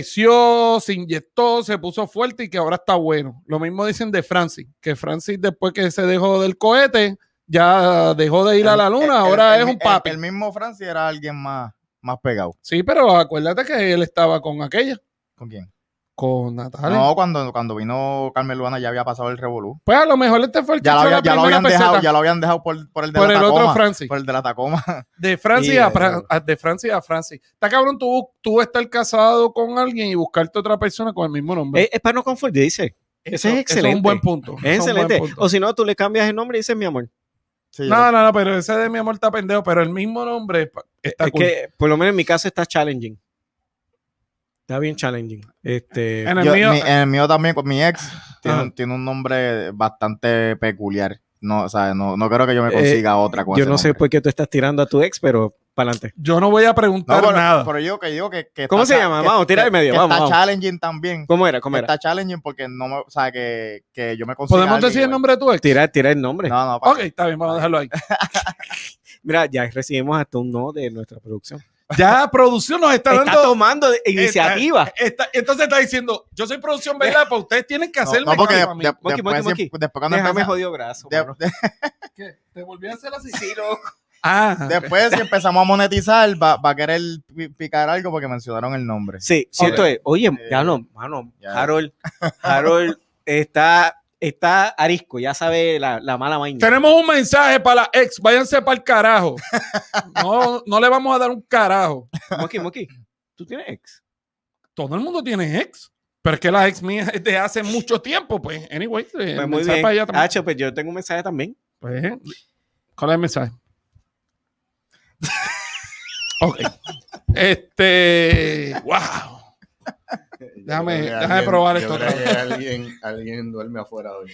B: creció, se inyectó, se puso fuerte y que ahora está bueno. Lo mismo dicen de Francis, que Francis después que se dejó del cohete, ya dejó de ir a la luna, ahora es un papi.
A: papel El, mismo Francis era alguien más, más pegado.
B: sí, pero acuérdate que él estaba con aquella.
A: ¿Con quién?
B: con Natalia.
A: No, cuando, cuando vino Carmen Luana ya había pasado el revolú.
B: Pues a lo mejor este fue el que
A: Ya, lo,
B: echó
A: había-
B: la
A: ya lo
B: primera
A: habían dejado,
B: peseta
A: ya lo habían dejado por, por el de
B: por
A: la
B: el
A: Tacoma.
B: otro Francis.
A: Por el de la Tacoma.
B: De Francis
A: Sí, eh,
B: a,
A: de-
B: Fran- a- de Francis a Francis. Está cabrón tú, tú estar casado con alguien y buscarte otra persona con el mismo nombre.
C: Es, es para no confundirse.
B: Eso-
C: Eh, ese es
B: eso
C: excelente.
B: un buen punto. eso
C: Es
B: un buen
C: excelente.
B: punto.
C: O si no, tú le cambias el nombre y dices mi amor.
A: Sí,
B: no, no, no, pero ese de mi amor está pendejo, pero el mismo nombre pa- está
C: es
B: cool.
C: que por lo menos en mi caso está challenging. Está bien challenging. Este,
B: En el
A: Yo-
B: mío,
A: mi- en el mío también, con mi ex, tiene,
C: Ajá.
A: un- tiene un nombre bastante peculiar. No, o sea, no, no creo que yo me consiga otra cosa.
C: Eh, yo no sé pues, por qué tú estás tirando a tu ex, pero para adelante.
B: yo no voy a preguntar
A: pero,
B: nada.
A: pero yo que digo que, que
C: ¿Cómo
A: está
C: se
A: cha-
C: llama?
A: que-
C: Vamos, tira
A: que-
C: el medio,
A: que
C: vamos,
A: Está
C: vamos. Pues,
A: challenging también.
C: ¿Cómo era? ¿Cómo
A: Que
C: era?
A: Está challenging porque no me, o sea, que, que yo me consiga
B: ¿Podemos
A: alguien,
B: decir el
A: güey.
B: nombre de tu ex?
C: Tira, tira el nombre.
A: No, no, pa-
B: Ok, está bien, vamos a dejarlo ahí.
C: Mira, ya recibimos hasta un no de nuestra producción.
B: Ya producción nos está,
C: Está,
B: dando
C: tomando de- iniciativa.
B: está- entonces está diciendo, yo soy producción, ¿verdad? Pues ustedes tienen que
A: no,
B: hacerme
A: no, porque
B: caso
A: de-
B: a mí.
A: de-
C: Monkey,
A: después
C: monkey,
A: siempre- después cuando
C: Déjame
A: empezamos-
C: jodido brazo.
A: de-
C: mano.
A: de-
B: ¿Qué? ¿Te volví a hacer así?
A: Ah,
B: Ah,
A: Después, si empezamos a monetizar, va, va a querer pi- picar algo porque mencionaron el nombre.
C: Sí, cierto
A: Ok.
C: es. Oye,
A: Eh,
C: ya no, mano,
A: ya.
C: Harold, Harold está, está arisco, ya sabe la, la mala vaina.
B: Tenemos un mensaje para la ex, váyanse para el carajo. No, no le vamos a dar un carajo.
C: Moki, Moki, ¿tú tienes ex?
B: Todo el mundo tiene ex, pero es que la ex mía es de hace mucho tiempo, pues. Anyway, eh,
C: Pues
B: el
C: muy
B: mensaje
C: bien.
B: para ella también.
C: Hacho, pues yo tengo un mensaje también.
B: Pues, ¿Cuál es el mensaje? ok. Este. ¡Wow! Déjame- déjame probar esto
E: otra
B: otra
E: vez. Alguien, alguien duerme afuera hoy.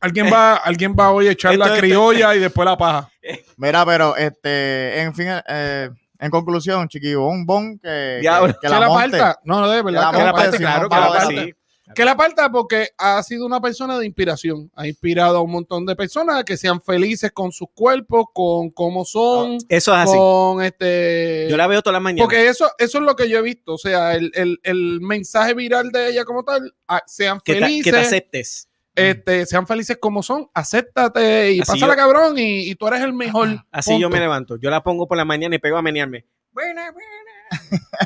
B: Alguien va, alguien va hoy a echar
C: Esto
B: la
C: es-
B: criolla y después la paja.
A: Mira, pero este, en fin, eh, en conclusión, chiquillo, un bon que,
C: Diablo.
A: que, que la monte.
B: falta? No, no, de verdad.
A: Que
B: Que la
A: monte,
B: parte,
A: si
B: claro,
A: no,
B: que la
A: vamos a
B: parte.
A: ver.
B: Que la aparta porque ha sido una persona de inspiración. Ha inspirado a un montón de personas a que sean felices con sus cuerpos, con cómo son,
C: Eso es así.
B: con este.
C: Ah, Yo la veo todas las mañanas.
B: Porque eso, eso es lo que yo he visto. O sea, el, el- el mensaje viral de ella como tal, ah, sean
C: que, te, que te
B: felices,
C: aceptes.
A: Mm.
B: este, sean felices como son, acéptate y
C: Así
B: pásala
C: yo-
B: cabrón y, y tú eres el
A: Ah,
B: mejor.
C: Así yo me levanto. Yo la pongo por la mañana y pego a menearme. Buena, buena.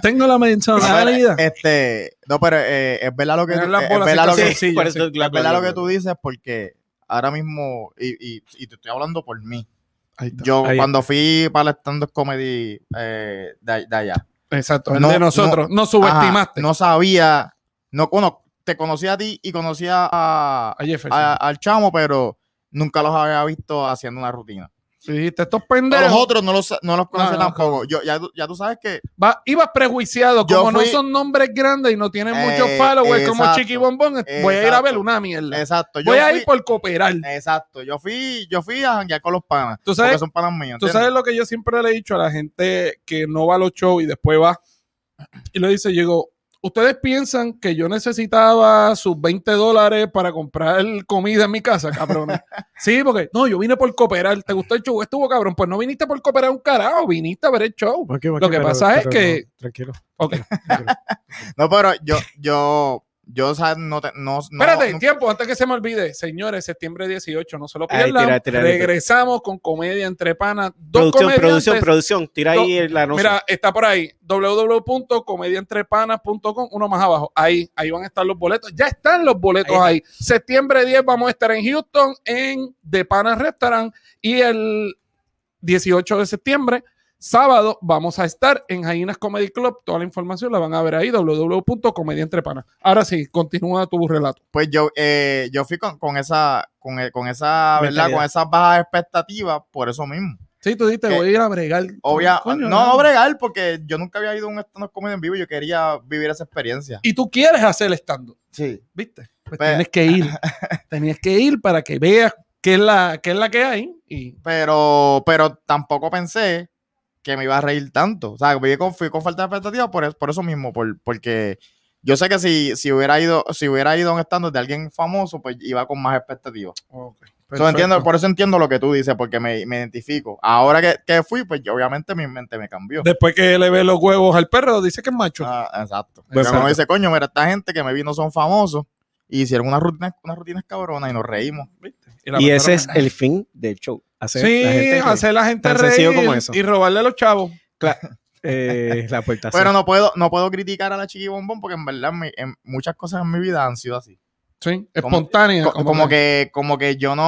B: Tengo la mención.
A: Pero, este, no, pero eh, es verdad lo que,
B: Tener
A: tú-
B: las
A: es
B: bolas
A: verdad
B: así
A: lo que,
B: como- sí,
C: por
B: yo
C: eso-
A: es verdad lo que tú dices porque ahora mismo, y, y, y te estoy hablando por mí, eh, yo
C: Ahí
A: cuando fui para el stand-up comedy eh, de, de allá,
B: Exacto, el
A: No,
B: de nosotros. No, subestimaste
A: ajá, no sabía, no, bueno, te conocía a ti y conocía a,
B: a Jefferson.
A: a- al chamo, pero nunca los había visto haciendo una rutina.
B: Sí, dijiste, estos
A: No, los
B: pendejos.
A: otros no los, no los conoce
B: no,
A: tampoco. Yo, ya, tú- ya tú sabes que
B: Va- ibas prejuiciado.
A: Yo
B: Como no
A: fui-
B: son nombres grandes y no tienen
A: Eh,
B: muchos followers como
A: exacto,
B: Chiqui Bombón, voy a ir a
A: exacto.
B: ver una mierda.
A: Exacto. Yo
B: Voy a
A: fui-
B: ir por cooperar.
A: Exacto. Yo fui, yo fui a janguear con los panas.
B: ¿Tú sabes-
A: Porque son panas míos.
B: Tú
A: ¿entiendes?
B: sabes lo que yo siempre le he dicho a la gente que no va a los shows y después va y le dice, llegó, ustedes piensan que yo necesitaba sus 20 dólares para comprar comida en mi casa, cabrón. sí, porque no, yo vine por cooperar, ¿te gustó el show? Estuvo cabrón, pues no viniste por cooperar un carajo, viniste a ver el show. Lo que pasa es que...
C: tranquilo.
B: Ok,
A: No, pero yo, yo, yo, o sea, no te, no, no-
B: espérate,
A: no-
B: tiempo, antes que se me olvide, señores, septiembre 18, no se lo
C: Ahí,
B: pierdan.
C: tira, tira, tira.
B: Regresamos con Comedia Entre Panas, dos
C: Producción, producción,
B: comediantes
C: producción. Tira ahí el- la noción.
B: Mira, está por ahí, www.comediaentrepanas.com, uno más abajo. Ahí, ahí van a estar los boletos. Ya están los boletos ahí. Septiembre 10 vamos a estar en Houston, en The Panas Restaurant. Y el 18 de septiembre, sábado, vamos a estar en Jainas Comedy Club. Toda la información la van a ver ahí, www.comediaentrepanas. Ahora sí, continúa tu relato.
A: pues yo, eh, yo fui con, con esa, con, eh, con esa, ¿verdad?
C: Mentalidad.
A: Con esas bajas expectativas por eso mismo.
B: Sí, tú dijiste,
A: ¿Qué?
B: voy a ir a bregar.
A: Obvia,
B: Coño,
A: no, no bregar porque yo nunca había ido a un stand-up comedy en vivo y yo quería vivir esa experiencia.
B: Y tú quieres hacer stand
A: Sí.
B: ¿Viste? Pues
A: Pero-
B: tienes que ir. Tenías que ir para que veas qué es la, qué es la que hay. Y
A: Pero, pero tampoco pensé que me iba a reír tanto. O sea, fui con, fui con falta de expectativas por, es- por eso mismo, por, porque yo sé que si, si hubiera ido, si hubiera ido a un stand de alguien famoso, pues iba con más expectativas. So, entiendo, por eso entiendo lo que tú dices, porque me, me identifico. Ahora que, que fui, pues yo, obviamente mi mente me cambió.
B: Después que le ve los huevos al perro, dice que es macho.
A: Ah, exacto.
B: Pues,
A: Pero uno
B: exacto.
A: dice, coño, mira, esta gente que me vino son famosos y hicieron unas rutinas, unas rutinas cabronas y nos reímos.
B: la
C: Y
B: persona-
C: ese es el fin del show. Hacer
B: Sí,
C: la gente reír.
B: hacer la gente
C: Tan
B: reír
C: sencillo como eso.
B: y robarle a los chavos.
C: eh, la puerta
A: Pero no puedo, no puedo criticar a la chiqui bombón porque en verdad mi- en muchas cosas en mi vida han sido así.
B: Sí, espontánea.
A: Co- como que, como que yo no.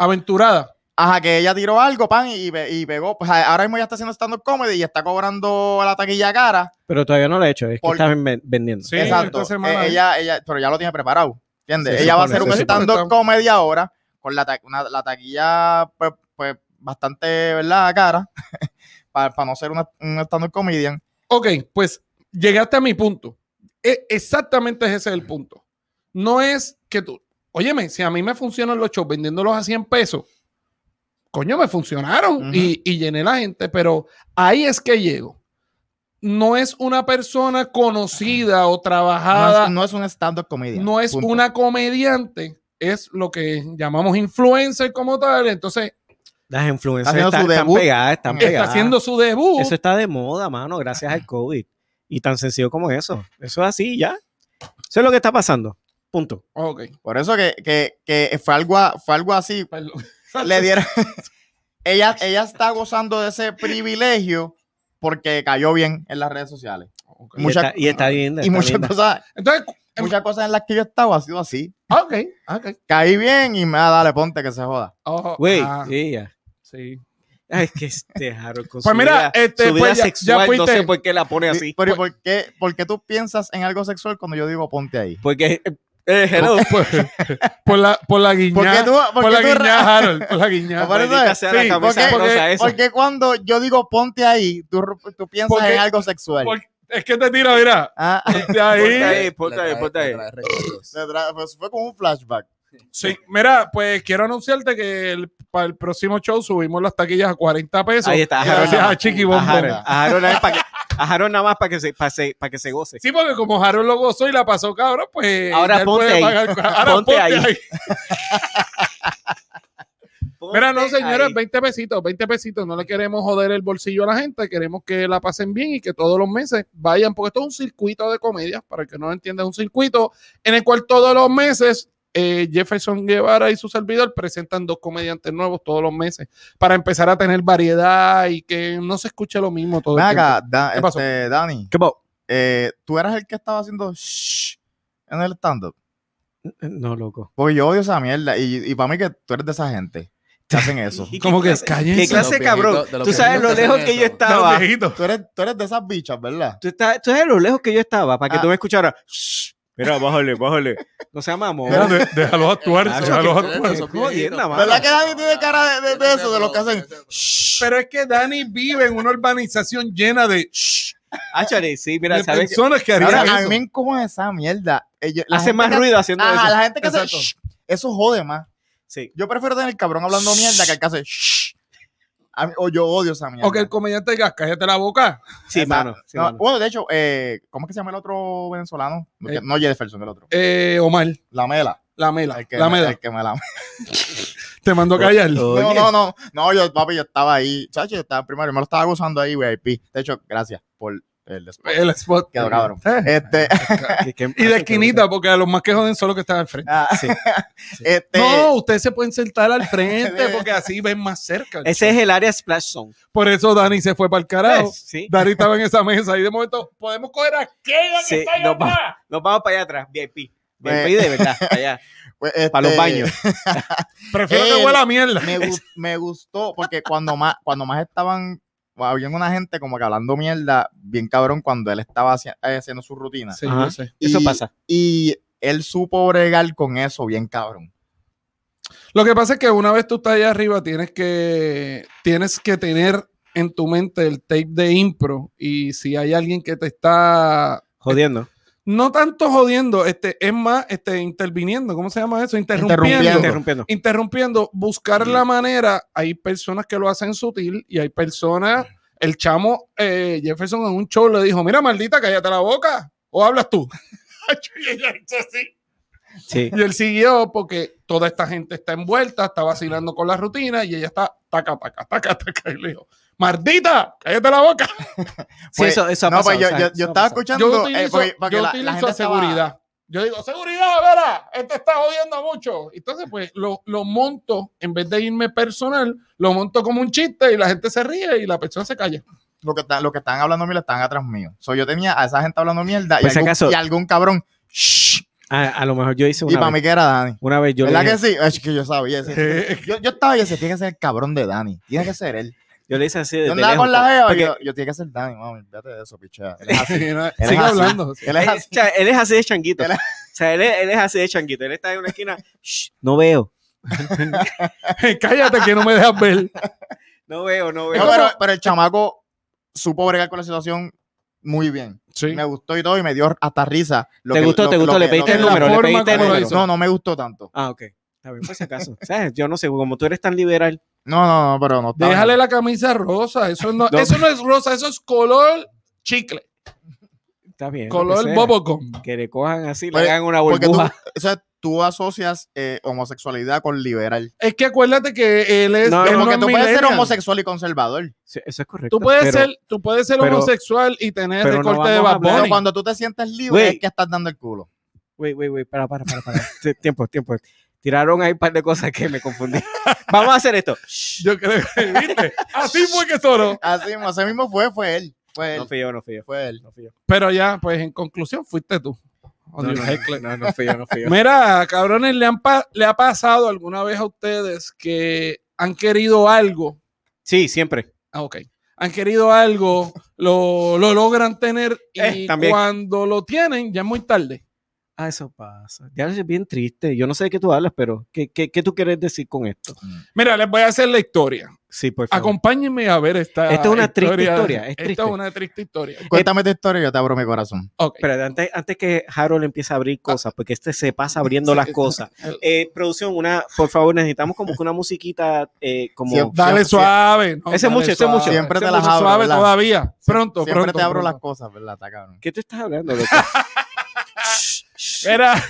B: Ah. Aventurada.
A: Ajá, que ella tiró algo, pan, y, pe- y pegó. Pues, a- ahora mismo ya está haciendo stand-up comedy y está cobrando la taquilla cara.
C: Pero todavía no lo he hecho, es que
A: Por-
C: estás ven- vendiendo.
B: Sí,
A: Exacto.
B: esta semana.
A: Eh, ella, ella, pero ya lo tiene preparado. ¿Entiendes?
C: Se
A: ella va a
C: supone,
A: hacer un
C: se
A: stand-up
B: supone.
A: comedy ahora con la, ta- una- la taquilla, pues, pues, bastante, ¿verdad? Cara. Para no ser una- un stand-up comedian.
B: Ok, pues llegaste a mi punto. E- exactamente ese es el punto. No es que tú, óyeme, si a mí me funcionan los shows vendiéndolos a 100 pesos, coño, me funcionaron
A: Ujú.
B: y, y llené la gente, pero ahí es que llego. No es una persona conocida o
A: No
B: trabajada,
A: es, no es un stand-up comedian.
B: no es
A: punto.
B: una comediante, es lo que llamamos influencer como tal. Entonces,
C: Las influencias
A: Está haciendo
C: están,
A: su
C: están
A: debut.
C: pegadas, están
B: está
C: pegadas.
B: haciendo su debut.
C: Eso está de moda, mano, gracias al COVID. Y tan sencillo como eso. Eso es así, ya. Eso es lo que está pasando. Punto.
B: Ok,
A: Por eso que, que, que fue, algo, a- fue algo así.
B: perdón.
A: Le dieron. ella, ella está gozando de ese privilegio porque cayó bien en las redes sociales.
B: Ok.
C: Y,
A: Mucha-
C: está, y
B: Ah,
C: está linda.
A: Y
C: está
A: muchas
C: linda.
A: cosas,
B: Entonces,
A: muchas cosas en las que yo estaba ha sido así.
B: ok, ok.
A: Caí bien y me da, dale, ponte que se joda.
B: Ojo,
C: Güey,
B: ah,
C: ella.
B: sí.
C: Ay, es que este Harold con
B: Pues
C: su
B: mira,
C: vida,
B: este,
C: su vida
B: pues ya- ya
C: sexual, no
B: fuiste. pues
C: sé por qué la pone
A: Y-
C: así.
A: Pero ¿y por qué, por qué tú piensas en algo sexual cuando yo digo ponte ahí?
C: Porque, eh, eh, hello,
B: Por, por la, por la guiña.
A: ¿Por qué tú, por
B: por
A: qué
B: la
A: tú-
B: guiña, Harold. Por la guiña.
A: Por eso
C: maldita
A: es,
C: sea
B: sí,
C: la camisa
A: porque-
C: rosa esa.
A: por qué cuando yo digo ponte ahí, tú, tú piensas
B: Porque-
A: en algo sexual?
B: porque- Es que te tira, mira.
A: Ah,
B: De
C: Ponte
B: ahí.
C: ahí, ponte ahí, ponte ahí.
A: me tra- pues fue como un flashback.
B: Sí, mira, pues quiero anunciarte que el- para el próximo show subimos las taquillas a 40 pesos.
C: Ahí está,
B: Gracias
C: Harold.
B: a Chiqui
C: A
B: Bombón.
C: Harold, a Harold nada más para que, a Harold nada más para que se, para se- para que se goce.
B: Sí, porque como Harold lo gozó y la pasó cabrón, pues.
C: Ahora
B: ya él
C: ponte
B: puede
C: ahí.
B: Ahora ponte,
C: Ponte
B: ahí.
C: ahí.
B: Mira, no, señores,
C: Ahí.
B: 20 pesitos, 20 pesitos. No le queremos joder el bolsillo a la gente, queremos que la pasen bien y que todos los meses vayan, porque esto es un circuito de comedias, para el que no lo entienda, es un circuito en el cual todos los meses eh, Jefferson Guevara y su servidor presentan dos comediantes nuevos todos los meses para empezar a tener variedad y que no se escuche lo mismo todo
A: Ven
B: el
A: acá,
B: tiempo.
A: Da-
B: ¿Qué pasó?
A: este, Dani,
C: ¿Qué po-
A: eh, tú eras el que estaba haciendo shh en el stand-up.
C: eh, No, loco.
A: Porque yo odio esa mierda. Y, y para mí que tú eres de esa gente que hacen eso.
B: Como que
C: ¿Qué
B: cállense.
C: clase de
E: viejitos-
C: cabrón?
E: de los
C: Tú sabes
E: viejitos
C: lo
E: que
C: lejos
E: hacen
C: que yo
E: eso.
B: De los
C: estaba.
B: viejitos.
A: Tú eres, tú eres de esas bichas, ¿verdad?
C: Tú, estás, tú sabes lo lejos que yo estaba para que
A: Ah.
C: tú me escucharas. Shh, Mira, bájale, bájale. No sea mamón.
B: Mira, de- déjalos actuar,
F: Ah,
C: Claro,
B: déjalos
C: que-
B: actuar.
C: Qué jodienda, mano.
A: ¿Verdad que Dani tiene cara de, de- de eso, de los que hacen?
B: Pero es que Dani vive en una urbanización llena de, shh,
C: Áchale, sí, mira,
B: de
C: ¿sabes? qué?
B: personas que harían
A: Ahora, a mí
B: eso.
A: me encoja esa mierda. Eh, yo- la
C: Hace
A: gente
C: más
A: que-
C: ruido haciendo
A: Ajá,
C: eso.
A: la gente que hace
C: Exacto.
A: shh, eso jode más.
C: Sí.
A: Yo prefiero tener el cabrón hablando mierda que el que hace shh. A mí- o yo odio esa mierda.
B: O que el comediante diga, cállate la boca.
C: Sí,
A: Exacto.
C: mano. sí,
A: No,
C: mano.
A: Bueno, de hecho, eh, ¿cómo es que se llama el otro venezolano? No,
B: Eh.
A: no Jefferson, el otro.
B: Eh, Omar,
A: La mela.
B: la mela,
A: El que,
B: la
A: me-
B: mela.
A: el que me la
B: Te mando a callar.
C: Oh.
A: No,
C: Oye.
A: no, no. No, yo, papi, yo estaba ahí. Chacho, yo estaba en primario. Me lo estaba gozando ahí, VIP. De hecho, gracias por el spot.
B: El spot.
A: Quedó cabrón.
B: Eh,
A: Este,
C: ¿De qué-
B: Y de esquinita, porque a los más que joden son los que están al frente.
A: ah,
C: Sí.
A: este,
B: No, ustedes se pueden sentar al frente porque así ven más cerca.
C: Ese es el área Splash Zone.
B: Por eso Dani se fue para el carajo.
C: ¿Ves? Sí.
B: Dani estaba en esa mesa y de momento podemos coger aquella que
C: Sí,
B: está ahí
C: nos
B: atrás.
C: Nos vamos para allá atrás, VIP.
A: Eh.
C: VIP de verdad, allá.
A: pues, este,
C: Para los baños.
B: Prefiero
A: El-
B: que huela a mierda.
A: Me, gus- me gustó porque cuando más, cuando más estaban, había una gente como que hablando mierda, bien cabrón, cuando él estaba hacia- eh, haciendo su rutina.
B: Sí,
C: Ajá.
B: yo sé.
C: Eso
A: Y-
C: pasa.
A: Y él supo bregar con eso, bien cabrón.
B: Lo que pasa es que una vez tú estás allá arriba, tienes que, tienes que tener en tu mente el tape de impro. Y si hay alguien que te está
C: Jodiendo.
B: no tanto jodiendo, este, es más, este, interviniendo, ¿cómo se llama eso? Interrumpiendo.
A: Interrumpiendo.
C: Interrumpiendo.
B: Interrumpiendo, buscar la manera. Hay personas que lo hacen sutil y hay personas, el chamo eh, Jefferson en un show le dijo, mira maldita, cállate la boca o hablas tú. y, ella hizo así.
C: Sí.
B: Y él siguió porque toda esta gente está envuelta, está vacilando con la rutina y ella está taca, taca, taca, taca. Y le dijo, maldita, cállate la boca.
C: Sí, eso, eso ha
A: no, pues
C: pasado.
A: yo,
C: o sea,
A: yo- yo
C: eso ha
A: estaba
C: pasado.
A: escuchando.
B: Yo
A: eh,
B: utilizo,
A: porque- porque
B: yo
A: la- la
B: utilizo
A: gente estaba-
B: seguridad. Yo digo, seguridad, vera, este está jodiendo mucho. Entonces, pues, lo, lo monto, en vez de irme personal, lo monto como un chiste y la gente se ríe y la persona se calla.
A: lo que, están- lo que están hablando mierda están atrás mío. So, yo tenía a esa gente hablando mierda y,
C: Por si
A: algún,
C: acaso.
A: y algún cabrón. "Shh".
C: A, Ah, a lo mejor yo hice
A: Y
C: una
A: para
C: vez.
A: mí que era Dani.
C: Una vez yo le,
A: ¿Verdad
C: dije,
A: que sí? Es que yo sabía. ese- Yo, yo estaba y ese tiene que ser el cabrón de Dani. Tiene que ser él.
C: yo le hice así de
A: Yo andaba con la jeva
C: teléfono,
A: y
C: porque-
A: yo, yo tiene que ser Dani, mami. Fíjate de eso, pichea. Él es así.
B: Sigue
A: Él es así.
B: hablando.
A: Él es
C: Eh,
A: así.
C: o sea, él es así de changuito.
A: Él
C: o
A: es-
C: sea, él es, él es así de changuito. Él está en una esquina. "Shh, no veo.
B: Cállate que no me dejas ver.
C: No veo, no
A: No,
C: veo.
A: pero, pero el chamaco supo bregar con la situación muy bien.
B: Sí.
A: Me gustó y todo y me dio hasta risa. lo
C: ¿Te
A: que-
C: gustó?
A: lo-
C: ¿Te
A: lo
C: gustó?
A: que-
C: ¿Le
A: lo
C: pediste
A: que-
C: el
A: la
C: número? ¿Le
B: forma
C: pediste el
B: como lo
C: número?
B: hizo.
A: No, no me gustó tanto.
C: Ah, ok. A ver, por si acaso. ¿Sabes? Yo no sé, como tú eres tan liberal.
A: No, no, no, pero no. estaba-
B: Déjale la camisa rosa. Eso no,
C: No.
B: eso no es rosa, eso es color chicle.
C: Está bien. lo que
B: Color
C: sea.
B: bobocom.
C: Que le cojan así, le
A: Oye,
C: hagan una
A: Pues, Porque tú,
C: burbuja.
A: o sea, tú asocias eh, homosexualidad con liberal.
B: Es que acuérdate que él es.
C: No,
B: él
A: Pero porque
B: es
A: tú puedes ser
B: millennial.
A: homosexual y conservador.
C: Sí, Eso es correcto.
B: Tú puedes
C: pero-
B: ser, tú puedes ser
C: pero-
B: homosexual y tener
C: pero
B: el
C: no
B: corte de
C: vamos a
B: Bad
C: hablar-
A: Pero
B: Bunny.
A: cuando tú te sientes libre
C: Güey.
A: es que estás dando el culo.
C: Wait, wait, wait, para, para, para, para. Sí, tiempo, tiempo. Tiraron ahí un par de cosas que me confundí. Vamos a hacer esto. Shh.
B: Yo creo que, ¿viste? Así fue que sonó.
A: Así mismo, ese mismo fue, fue él. Fue él.
C: No fui yo, no fui yo.
A: fue él.
C: No fui yo.
B: Pero ya, pues en conclusión, fuiste tú.
C: No, no,
B: Oliver Heckler.
C: no, no fui yo, no fui yo.
B: Mira, cabrones, ¿le, han pa- ¿le ha pasado alguna vez a ustedes que han querido algo?
C: Sí, siempre.
B: Ah, ok. Han querido algo, lo, lo logran tener y
C: Eh, también.
B: cuando lo tienen ya es muy tarde.
C: Ah, eso pasa. Ya es bien triste. Yo no sé de qué tú hablas, pero ¿qué, qué, qué tú quieres decir con esto?
B: Mira, les voy a hacer la historia.
C: Sí, por
B: Ah,
C: favor.
B: Acompáñenme a ver esta
C: Esta es una triste historia, es triste.
B: Esta es una triste historia.
A: Cuéntame tu historia y yo te abro mi corazón.
B: Ok.
C: Pero antes, antes que Harold empiece a abrir cosas, porque este se pasa abriendo las cosas. Eh, producción, una, por favor, necesitamos como que una musiquita eh, como...
A: Siempre-
B: Dale
A: Siempre-
B: suave. no,
C: Ese
B: dale
C: mucho, ese
B: suave.
C: mucho.
A: Siempre
B: Ese
A: te las
B: mucho
A: abro,
B: suave
A: ¿verdad?
B: todavía. Pronto,
A: Siempre
B: pronto,
A: te abro
B: pronto.
A: las cosas, ¿verdad? Está cabrón.
C: ¿Qué tú estás hablando? loco?
B: Mira,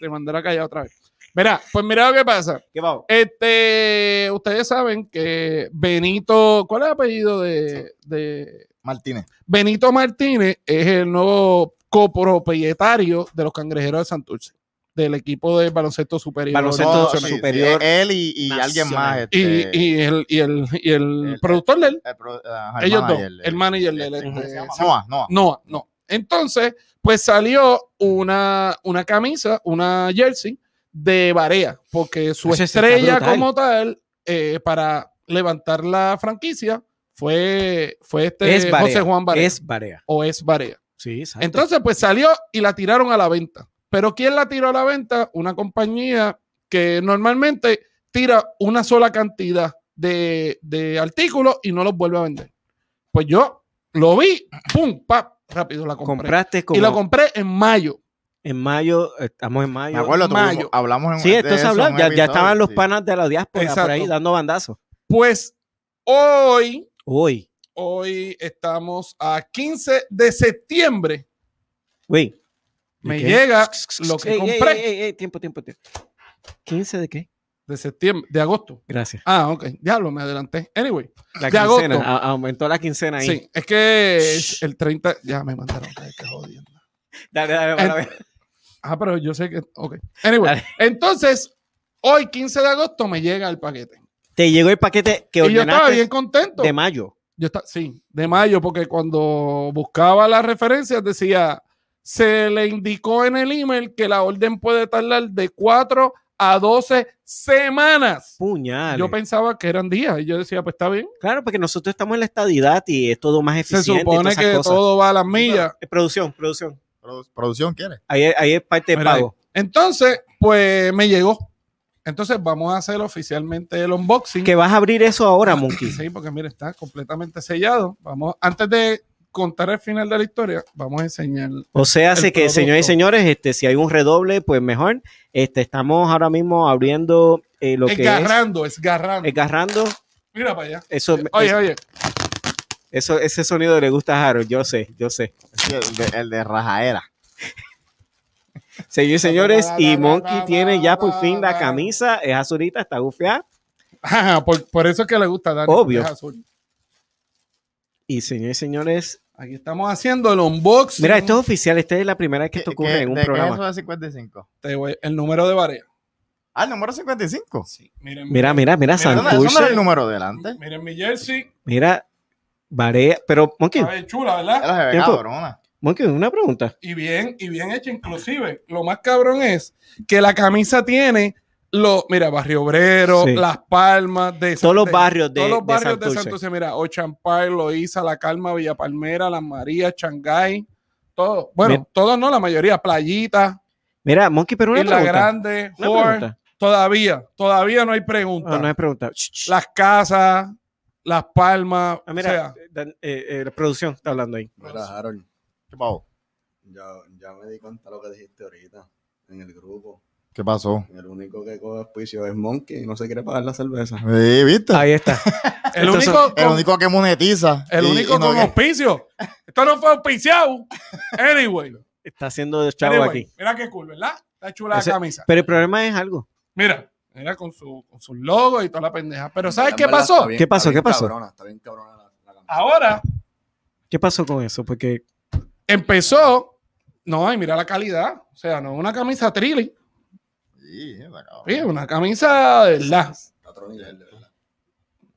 B: te mandará callar otra vez. Mira, pues mira lo que pasa.
C: ¿Qué vamos?
B: Este, ustedes saben que Benito, ¿cuál es el apellido de, de-
A: Martínez.
B: Benito Martínez? Es el nuevo copropietario de los cangrejeros de Santurce, del equipo de baloncesto superior.
C: Baloncesto
A: Todo,
B: nacional.
A: sí,
C: superior
A: sí, él y, y
C: nacional.
A: alguien más. Este,
B: Y, y el, y el, y el
A: El-
B: productor de él,
A: el pro- ajá,
B: ellos dos,
A: manager,
B: el manager de él,
A: este, ¿cómo
B: este,
A: se llama?
B: sí.
A: Noah, Noah.
B: No, no. Entonces, pues salió una, una camisa, una jersey de Barea, porque su
C: Eso está
B: estrella
C: brutal.
B: como tal, eh, para levantar la franquicia, fue, fue este
C: es Barea.
B: José Juan Barea.
C: Es Barea.
B: O es Barea.
C: Sí, exacto.
B: Entonces, pues salió y la tiraron a la venta. Pero ¿quién la tiró a la venta? Una compañía que normalmente tira una sola cantidad de, de artículos y no los vuelve a vender. Pues yo lo vi, pum, pap, rápido la compré.
C: compraste como
B: Y lo compré en mayo.
C: en mayo, eh, estamos en mayo.
A: Me acuerdo, tuvimos-
B: Mayo.
A: hablamos en
C: Sí,
A: de
C: entonces
A: eso en
C: hablamos,
A: un
C: ya, ya
A: episodio,
C: estaban los
A: sí.
C: panas de la diáspora por ahí
B: Exacto.
C: dando bandazos.
B: Pues hoy,
C: Uy,
B: hoy estamos a 15 de septiembre.
C: uy. ¿De
B: Me
C: qué?
B: llega lo que
C: Ey, ey,
B: compré
C: ey, ey, ey, tiempo, tiempo, tiempo. ¿15 de qué?
B: de septiembre, de agosto.
C: Gracias.
B: Ah, ok, ya lo me adelanté. Anyway,
C: La
B: De agosto.
C: quincena, a- aumentó la quincena ahí.
B: sí, es que
C: Shh.
B: el 30, ya me mandaron, ay, qué jodiendo.
C: Dale, dale, para ver.
B: Ah, pero yo sé que. Ok. Anyway,
C: Dale.
B: entonces, hoy 15 de agosto me llega el paquete.
C: Te llegó el paquete que
B: Y yo estaba bien
C: ordenaste
B: contento.
C: de mayo.
B: yo estaba, sí, de mayo, porque cuando buscaba las referencias decía, se le indicó en el email que la orden puede tardar de 4 a 12 semanas.
C: Puñal.
B: Yo pensaba que eran días y yo decía, pues está bien.
C: Claro, porque nosotros estamos en la estadidad y es todo más
B: Se
C: eficiente. y todas
B: supone
C: esas
B: que
C: cosas.
B: todo va a las millas.
C: Eh, Producción, producción.
A: Produ- producción quiere.
C: Ahí, es- ahí es parte de
B: Mira ahí.
C: pago.
B: Entonces, pues me llegó. Entonces vamos a hacer oficialmente el unboxing.
C: Que vas a abrir eso ahora, Monkey.
B: Sí, porque mira, está completamente sellado. Vamos, antes de contar el final de la historia, vamos a enseñar.
C: O sea, hace
B: el
C: que, señores y
B: producto.
C: señores, este, si hay un redoble, pues mejor. Este, estamos ahora mismo abriendo eh, lo que Eh,
B: Esgarrando, esgarrando.
C: es agarrando.
B: Mira para allá.
C: Eso,
B: Oye, oye.
C: eso, ese sonido le gusta a Harold, yo sé, yo sé.
A: Sí, El de, el de rajaera.
C: Señores y señores, y Monkey tiene ya por fin la camisa, es azulita, está gufeada.
B: Ajá, por, por eso es que le gusta a Dani.
C: Obvio.
B: porque es azul.
C: Y señores y señores,
B: Aquí estamos haciendo el unboxing.
C: mira, esto es oficial, esta es la primera vez que esto
A: ¿Qué-
C: ocurre
A: qué-
C: en un
A: de qué
C: programa.
A: es eso de 55?
B: Te voy- el número de Varea.
A: Ah, el número 55.
B: Sí, miren,
C: Mira, mira,
A: Mira,
C: mira,
A: ¿dónde- ¿Eso no
C: Santurce.
A: era el número delante?
B: miren mi jersey.
C: Mira, Varea, pero Monkey,
B: Sabe chula, ¿verdad?
A: Ella se ve
C: Tiempo.
A: cabrona.
C: Monkey, una pregunta.
B: Y bien, y bien hecha inclusive. Lo más cabrón es que la camisa tiene los, mira, Barrio Obrero,
C: Sí.
B: Las Palmas, de
C: Todos los
B: de-
C: barrios de,
B: todos los
C: de
B: barrios de
C: Santurce.
B: Santurce, mira, Ochampay, Loíza, La Calma, Villa Palmera, Las Marías, Shanghái, todo, bueno,
C: Mira.
B: todos no, la mayoría, Playita,
C: Mira, Monkey, pero una
B: Isla
C: pregunta.
B: Grande,
C: una
B: Horn,
C: pregunta.
B: todavía, todavía no hay pregunta.
C: Ah, No, no es pregunta. Shh, shh.
B: Las casas, Las Palmas,
C: Ah, mira,
B: o sea,
C: Dan- eh, eh, la producción está hablando ahí.
E: Mira, Harold,
A: ¿Qué pasó?
E: ya, ya me di cuenta de lo que dijiste ahorita en el grupo.
A: ¿Qué pasó?
E: El único que coge auspicio es Monkey y no se quiere pagar la cerveza.
A: Sí, ¿viste?
C: Ahí está.
B: el
C: Entonces,
B: único,
A: El
B: con-
A: único que monetiza.
B: el
A: Y-
B: único
A: y no
B: con
A: que-
B: auspicio. Esto no fue auspiciado. Anyway.
C: Está haciendo de chavo
B: Anyway,
C: aquí.
B: Mira qué cool, ¿verdad? Está chula
C: Ese-
B: la camisa.
C: Pero el problema es algo.
B: Mira, mira con su, con su logo y toda la pendeja. Pero ¿sabes
E: En
B: qué
E: verdad,
B: pasó?
E: está bien-
C: ¿Qué pasó?
E: está bien
C: ¿Qué pasó?
E: Cabrona, está bien cabrona la, la camisa.
B: Ahora
C: ¿Qué pasó con eso? Porque
B: empezó. No, y mira la calidad. O sea, no es una camisa trilly,
A: Sí, está cabrón.
B: es una camisa de verdad.
E: Está otro nivel, de verdad.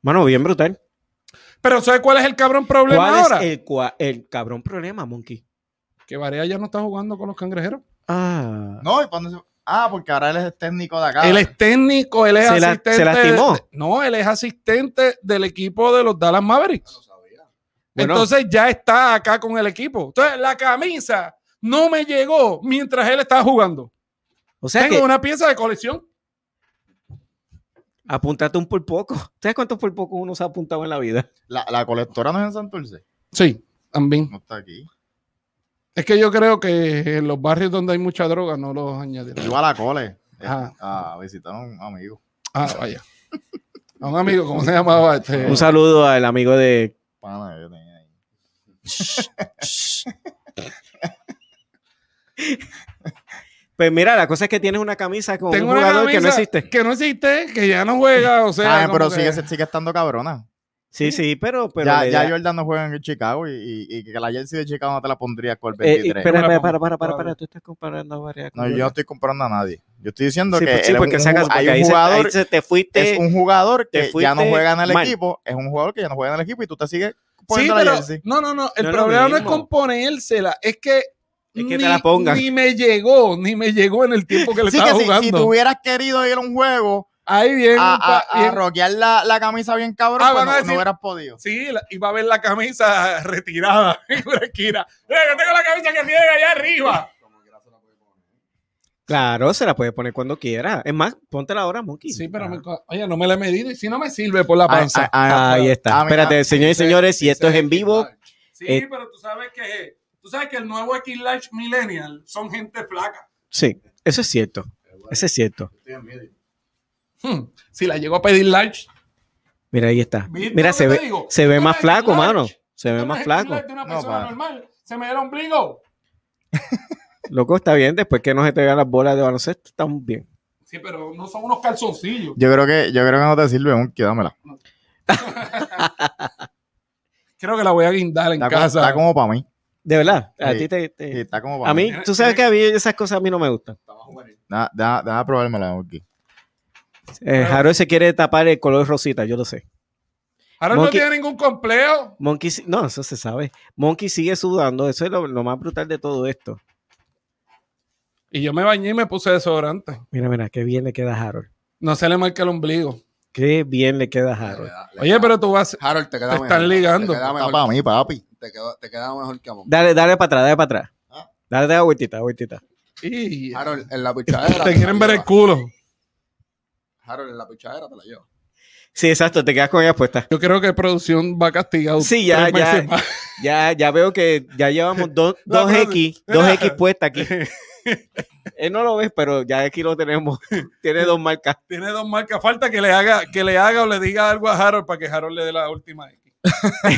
C: Mano, bien brutal.
B: Pero ¿sabes cuál es el cabrón problema
C: ¿Cuál
B: ahora?
C: es el, cua- el cabrón problema, Monkey?
B: Que Varea ya no está jugando con los cangrejeros.
C: Ah.
A: No, ¿y cuando se- Ah, porque ahora él es el técnico de
E: Ah.
A: acá.
B: Él es técnico, él es
C: Se la-
B: asistente.
C: se lastimó.
B: de- no, él es asistente del equipo de los Dallas
E: Ya
B: Mavericks.
E: lo sabía.
C: Bueno.
B: Entonces ya está acá con el equipo. Entonces la camisa no me llegó mientras él estaba jugando.
C: O sea
B: Tengo
C: que
B: una pieza de colección.
C: apúntate un por poco. ¿Sabes cuántos por poco uno se ha apuntado en la vida?
A: La, la colectora no es en Santurce.
B: Sí, también.
A: No está aquí.
B: Es que yo creo que en los barrios donde hay mucha droga no los añadirán.
A: Iba a la cole eh,
B: Ajá.
A: a visitar a un amigo.
B: Ah, vaya. A un amigo, ¿cómo se llamaba? Este?
C: Un saludo al amigo de.
A: Pana que yo tenía ahí.
C: Pues mira, la cosa es que tienes una camisa con
B: Tengo
C: un
B: una
C: jugador
B: camisa
C: que no existe.
B: Que no existe, que ya no juega. O sea,
A: Ah,
B: como
A: pero
B: que-
A: sigue, sigue estando cabrona.
C: Sí, sí, pero. pero
A: ya,
C: le
A: ya
C: da-
A: Jordan no juega en el Chicago y, y- y que la jersey de Chicago no te la pondrías con el
C: Eh, y-
A: 23.
C: espera, espera,
B: Una
C: para, para, para,
B: pompa,
C: para, tú estás comparando varias
A: no, yo no estoy comprando a nadie. Yo estoy diciendo
C: Sí,
A: que
C: pues, sí,
A: él es
C: porque
A: un
C: sacas,
A: ju- hay
C: porque ahí
A: un
C: se- ahí
A: jugador,
C: se te fuiste.
A: es un jugador
C: te
A: que ya no
C: fuiste
A: juega en el
C: mal.
A: equipo, es un jugador que ya no juega en el equipo y tú te sigues
B: Sí,
A: poniendo la
B: pero-
A: jersey.
B: no, no, no. El
C: No es lo
B: problema no es
C: mismo.
B: componérsela. Es que.
C: Es que te la pongan.
B: Ni me llegó, ni me llegó en el tiempo que le
A: Sí, que
B: estaba
A: si,
B: jugando.
A: si tú Ah, hubieras querido ir a un juego
B: Ahí bien.
A: a,
B: un pa-
A: a- a
B: bien-
A: rockear la, la camisa bien cabrón,
B: Ah,
A: pues
B: van
A: no,
B: a
A: no
B: decir-
A: hubieras podido.
B: Sí, la- iba a ver la camisa retirada en una esquina. Mira, yo tengo la camisa que tiene allá arriba.
E: Como quiera se la puede poner.
C: Claro, se la puedes poner cuando quiera. Es más, póntela ahora, Monkey.
B: Sí, pero
C: Ah.
B: me co- oye, no me la he medido y si no me sirve por la
A: Ay,
B: panza.
A: ay, ay,
C: Ahí está.
A: Ah, mira,
C: Espérate, señores y
E: Dice-
C: señores, y esto es
E: dice
C: en vivo.
E: March.
B: sí,
C: eh.
B: pero tú sabes que tú sabes que el nuevo X-Large Millennial son gente flaca.
C: Sí, eso es cierto. Eso es cierto.
E: Estoy en medio.
B: Hmm, Si la llego a pedir large,
C: Mira, ahí está.
B: ¿Viste
C: Mira,
B: lo
C: se
B: que
C: ve,
B: te digo?
C: se ve
B: Tú
C: más
B: eres
C: flaco,
B: large.
C: mano. Se ve
B: no
C: más
B: es
C: flaco.
B: X-large de una
A: No,
B: persona
A: para.
B: normal, se me dio el ombligo.
C: Loco, está bien. Después que no se te vean las bolas de baloncesto, estamos bien.
B: Sí, pero no son unos calzoncillos.
A: Yo creo que, yo creo que no te sirve, un dámela.
B: Creo que la voy a guindar en
A: Está como,
B: casa.
A: está como para mí.
C: De verdad. A
A: Sí.
C: ti te.
A: Sí,
C: te-
A: está como para
C: A mí, tú sabes que a mí esas cosas a mí no me gustan.
E: Está más juvenil.
A: Da- da- Deja probármela, Monkey.
C: Eh, Harold se quiere tapar el color rosita, yo lo sé.
B: Ahora no
C: Monkey-
B: tiene ningún complejo.
C: Monkey, si- no, eso se sabe. Monkey sigue sudando, eso es lo, lo más brutal de todo esto.
B: Y yo me bañé y me puse desodorante.
C: Mira, mira, qué bien le queda a Harold.
B: No se le marca el ombligo.
C: Qué bien le queda a
E: Le
C: Harold.
E: da- le
B: Oye,
E: queda-
B: pero tú
C: ah,
B: vas.
E: Harold, te queda
B: te
E: mejor.
B: están ligando.
E: Te queda
A: Está
E: mejor,
A: para mí, papi.
E: te queda- te queda mejor que a Monkey.
C: Dale, dale para atrás, dale para atrás.
E: Ah.
C: Dale, dale vueltita, vueltita.
B: Y-
C: ah,
E: Harold, en la pichadera.
B: Te quieren ver el culo.
E: Harold, en la pichadera te la llevo.
C: Sí, exacto, te quedas con ella puesta.
B: Yo creo que producción va castigado.
C: Sí, ya,
B: tres
C: ya.
B: meses más.
C: Ya, ya veo que ya llevamos dos
B: No,
C: dos
B: pero-
C: X, dos X puesta aquí. Él no lo ves, pero ya aquí lo tenemos. Tiene dos marcas.
B: Tiene dos marcas. Falta que le haga, que le haga o le diga algo a Harold para que Harold le dé la última X.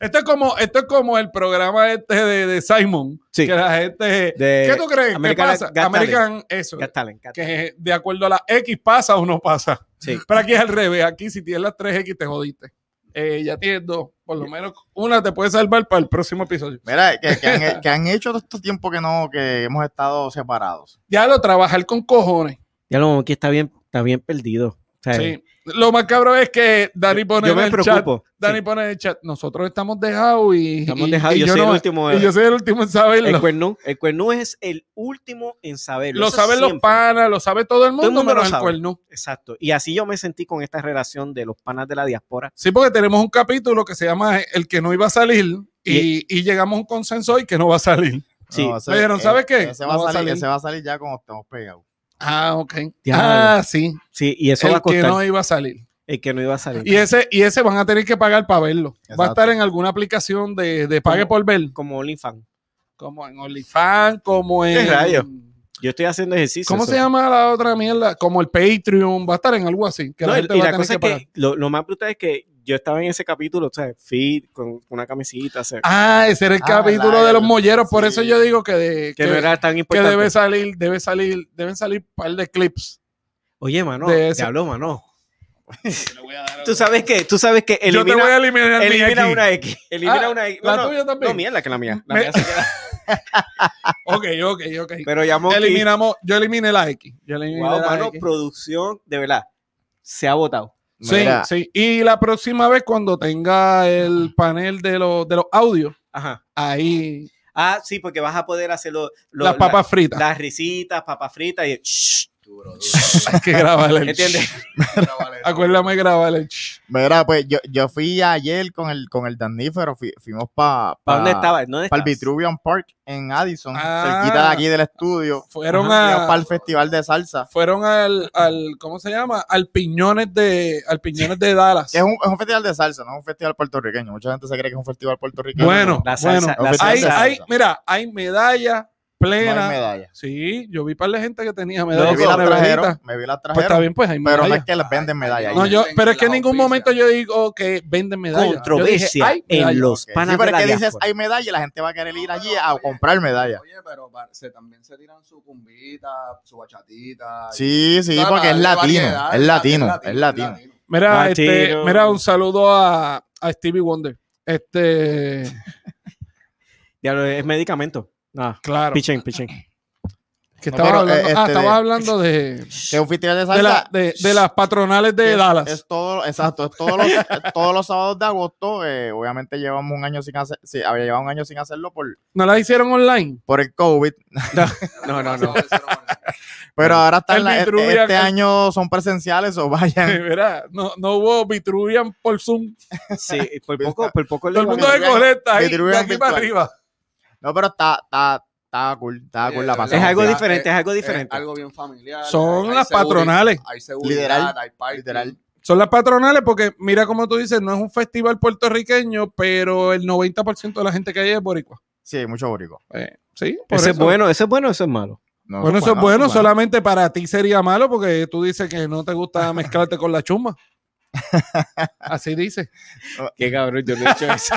B: esto es como, esto es como el programa este de, de Simon.
C: Sí.
B: Que la gente.
C: De
B: ¿Qué tú crees?
C: American
B: ¿Qué pasa?
C: Got Talent.
B: American, eso.
C: Got Talent, Got Talent.
B: Que de acuerdo a la X pasa o no pasa.
C: Sí.
B: Pero aquí es al revés. Aquí, si tienes las 3X, te jodiste. Eh, ya tienes dos. Por lo menos una te puede salvar para el próximo episodio.
A: Mira, que, que han, que han hecho todo este tiempo que no, que hemos estado separados.
B: Ya lo trabajar con cojones.
C: Ya lo Monkey está bien, está bien perdido. sea,
B: Sí. Lo más cabrón es que Dani pone
C: yo
B: en
C: me
B: el
C: preocupo.
B: chat. Dani
C: Sí.
B: pone en el chat. Nosotros estamos dejados y.
C: Estamos
B: y-
C: dejados,
B: y
C: yo soy el
B: no-
C: último.
B: Y yo soy el último en saberlo.
C: El cuernú, el cuernú es el último en saberlo.
B: lo
C: Eso
B: saben los
C: siempre.
B: panas, lo sabe todo el mundo,
C: el mundo
B: menos
C: lo
B: el
C: sabe.
B: cuerno.
C: Exacto. Y así yo me sentí con esta relación de los panas de la diáspora.
B: Sí, porque tenemos un capítulo que se llama El que no iba a salir y, y llegamos a un consenso hoy que no va a salir.
C: Sí,
A: No, ese-
B: Me dijeron,
A: eh,
B: ¿sabes qué?
A: Ese va,
B: No
A: a salir, ese va a salir ya cuando estemos pegados.
B: Ah, ok.
C: Diablo.
B: Ah, sí.
C: sí, y eso va
B: el
C: a
B: que
C: costar.
B: no iba a salir.
C: El que no iba a salir.
B: Y ese, y ese van a tener que pagar para verlo. Va a
A: Exacto.
B: estar en alguna aplicación de, de pague
C: Como-
B: por ver.
C: Como OnlyFans.
B: Como en OnlyFans, como en.
C: rayo? Yo estoy haciendo ejercicio.
B: ¿Cómo
C: eso.
B: se llama la otra mierda? Como el Patreon, va a estar en algo así. Que
C: No,
B: la
C: y
B: gente
C: y
B: va a
C: la
B: tener
C: cosa
B: que
C: es
B: pagar.
C: que lo, lo más brutal es que yo estaba en ese capítulo, o sea, fit, con una camisita, o sea,
B: Ah, ese era el
A: Ah,
B: capítulo
A: la-
B: de los molleros. Por
A: sí.
B: eso yo digo que, de-
C: que no era tan
B: que
C: importante.
B: debe salir, debe salir, deben salir un par de clips.
C: Oye, mano,
B: de
C: te
B: ese-
C: habló, mano. Tú sabes que, tú sabes que
B: yo te voy
C: elimina,
B: a eliminar mi
C: elimina
B: aquí.
C: una X. Elimina
B: Ah,
C: una X.
B: La
C: No, no,
B: tuya también.
C: no, mierda que la mía. La
B: Me-
C: mía se queda.
B: Ok, ok, ok.
C: Pero llamó aquí.
B: Eliminamos, yo eliminé la X. Yo eliminé
C: Wow,
B: la
C: mano,
B: X.
C: producción, de verdad, se ha votado.
B: Sí,
A: Mira,
B: sí. Y la próxima vez cuando tenga el panel de los de los audios,
C: Ajá.
B: ahí
C: Ah, sí, porque vas a poder hacerlo. lo-
B: las
C: la-
B: papas fritas.
C: Las risitas, papas fritas y. shh,
E: Duro, duro, duro.
B: Hay que grabar el.
C: ¿Entiendes?
E: Mira, vale, no.
B: Acuérdame grabar el. ch.
A: mira, pues yo, yo fui ayer con el, con el Danífero, fui- fuimos para
C: ¿Para dónde estaba? ¿Dónde
A: Para el
C: estabas?
A: Vitruvian Park en Addison,
B: Ah.
A: cerquita de aquí del estudio.
B: Fueron a.
A: para el Festival de Salsa.
B: fueron al, al ¿cómo se llama? Al Piñones de al Piñones de Dallas.
A: Que es, un, es un festival de salsa, no es un festival puertorriqueño. Mucha gente se cree que es un festival puertorriqueño.
B: Bueno,
C: La
A: bueno,
C: salsa, la
A: oficial
B: hay,
A: de
C: salsa.
B: hay, mira, hay medalla
A: no hay
B: plena.
A: medalla.
B: Sí, yo vi par de gente que tenía
A: Me
B: medallas.
A: vi las
B: con
A: trajeron,
B: medallitas.
A: me vi las
B: Pues está
A: trajeron,
B: bien, pues hay
A: pero no es
B: medallas.
A: que les venden medallas.
B: No,
A: ahí.
B: yo,
E: Venden
B: pero es
E: la
B: que en ningún
E: auspicia.
B: momento yo digo que venden medallas.
C: Controversia
B: Yo dije, hay medallas.
C: en los
A: Ok.
C: panas
A: Sí, pero
C: de
A: es
C: la
A: que dices
C: diáspora.
A: hay medalla y la gente va a querer ir
E: No,
A: allí
E: pero,
A: a
E: oye,
A: comprar medalla.
E: Oye, pero pa- se, también se tiran su cumbita, su bachatita. y-
A: Sí, sí,
E: Toda
A: porque
E: la-
A: es
E: la
A: latino,
E: variedad,
A: es latino, es
E: es
A: latino.
B: Mira, este,
C: Latino.
B: mira, un saludo a, a Stevie Wonder. Este,
C: Diablo, es medicamento. Ah, No,
B: claro.
C: pichén, pichén.
B: Que
A: No,
B: estaba
A: pero,
B: hablando,
A: eh,
B: ah,
A: este,
B: estaba
A: de-
B: hablando de,
A: Que es un festival de salsa.
B: de, la- de- de las patronales
A: que
B: de
A: es-
B: Dallas.
A: Es todo, exacto, es todos los, es todos los sábados de agosto. eh, obviamente llevamos un año sin hacer, sí, había llevado un año sin hacerlo por,
B: ¿No la hicieron online?
A: por el COVID.
C: No, no, no.
A: Pero ahora están
B: El
A: la- este-
B: Vitruvian-
A: este año son presenciales o vayan.
B: Mira, no, no hubo Vitruvian por Zoom.
C: Sí, por poco, por poco.
B: Todo el mundo
A: Vitruvian-
B: de coleta ahí, de
A: Vitruvian
B: aquí para
A: virtual.
B: arriba.
A: No, pero está, está, está cool, está
E: Eh,
A: cool la
E: de
A: pasada.
C: Es algo
E: Ya,
C: diferente,
B: eh,
C: es algo
E: Es
C: diferente.
E: algo bien familiar.
B: Son
E: hay- hay
B: las
E: seguri-
B: patronales.
E: Hay seguridad,
A: Literal,
E: hay parking. Ah,
A: literal.
B: Son las patronales porque, mira como tú dices, no es un festival puertorriqueño, pero el 90% de la gente que hay es boricua.
A: Sí, mucho borico.
B: Eh, sí, por
C: Eso es
B: eso.
C: bueno, eso es bueno, eso es malo.
A: No,
B: Bueno, eso es bueno, solamente para ti sería malo porque tú dices que no te gusta mezclarte con la chumba. Así dice.
C: Qué cabrón, yo no he hecho eso.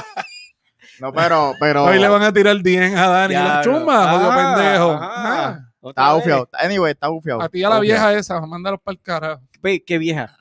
A: No, pero, pero.
B: Hoy le van a tirar 10 a Dani. La
C: Diablo.
B: chumba, jodido
C: Ah,
B: pendejo.
C: ajá.
B: Ah,
A: Está bufiado. Anyway, está bufiado.
B: a ti a la
A: Está bufiado.
B: vieja esa, mándalos para el carajo.
C: Ve, Qué vieja.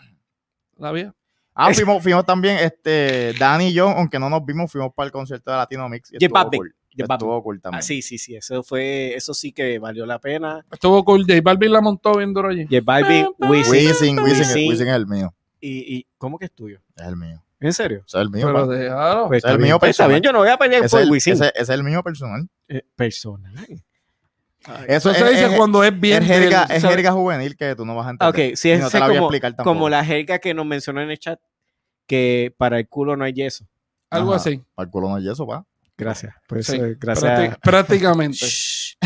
B: La vieja.
A: Ah, fuimos, fuimos también, este, Dani y yo, aunque no nos vimos, fuimos para el concierto de Latino Mix. Y
C: J
A: estuvo
C: Balvin,
A: cool.
C: J Balvin.
A: Estuvo cool también.
C: Ah, sí, sí, sí. Eso fue, eso sí que valió la pena.
B: Estuvo cool. J Balvin la montó bien duro allí.
C: Y el Barbie, Wisin
A: Wisin, Wisin,
C: Wisin.
A: Wisin es el mío.
C: y, y ¿cómo que es tuyo?
A: Es el mío.
C: ¿En serio?
A: Ese es el mío.
B: Pero
A: pa.
B: déjalo.
C: Pues
A: sea, el
C: bien,
A: mío
C: pues está
A: personal.
C: bien, yo no voy a pelear
A: Ese
C: por
A: es, el,
C: Wisin.
A: ese- ese es el mío personal.
C: Eh, personal.
A: Eso
B: Eso se
A: es,
B: dice
A: es-
B: cuando es bien.
A: es jerga,
B: del-
A: es
B: ¿sabes?
A: jerga juvenil que tú no vas a
C: Ah,
A: entender.
C: Ok, sí,
A: Y
C: es
A: no te la voy a
C: como,
A: explicar tampoco.
C: como la jerga que nos mencionó en el chat, que para el culo no hay yeso.
B: Algo
A: Ajá.
B: así.
A: Para el culo no hay yeso, pa.
C: Gracias. Por eso,
B: Sí,
C: gracias.
B: prácti- prácticamente.
A: Pues,
C: Shh.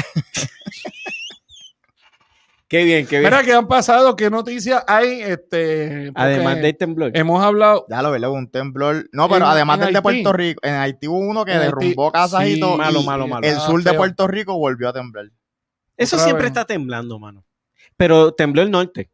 C: qué bien, qué bien.
B: Mira que han pasado, qué noticias hay. Este, porque
C: Además del temblor.
B: hemos hablado.
A: Ya lo veo, un temblor. No, pero
B: En-
A: además
B: en
A: del de
B: Haití.
A: Puerto Rico, en Haití hubo uno que
B: en Haití.
A: derrumbó casas y
B: Sí,
A: todo.
C: malo,
A: y
C: malo, malo.
A: El
B: Ah,
A: sur de
B: feo.
A: Puerto Rico volvió a temblar.
C: Eso
B: Otra
C: siempre
B: vez.
C: está temblando, mano. Pero tembló el norte.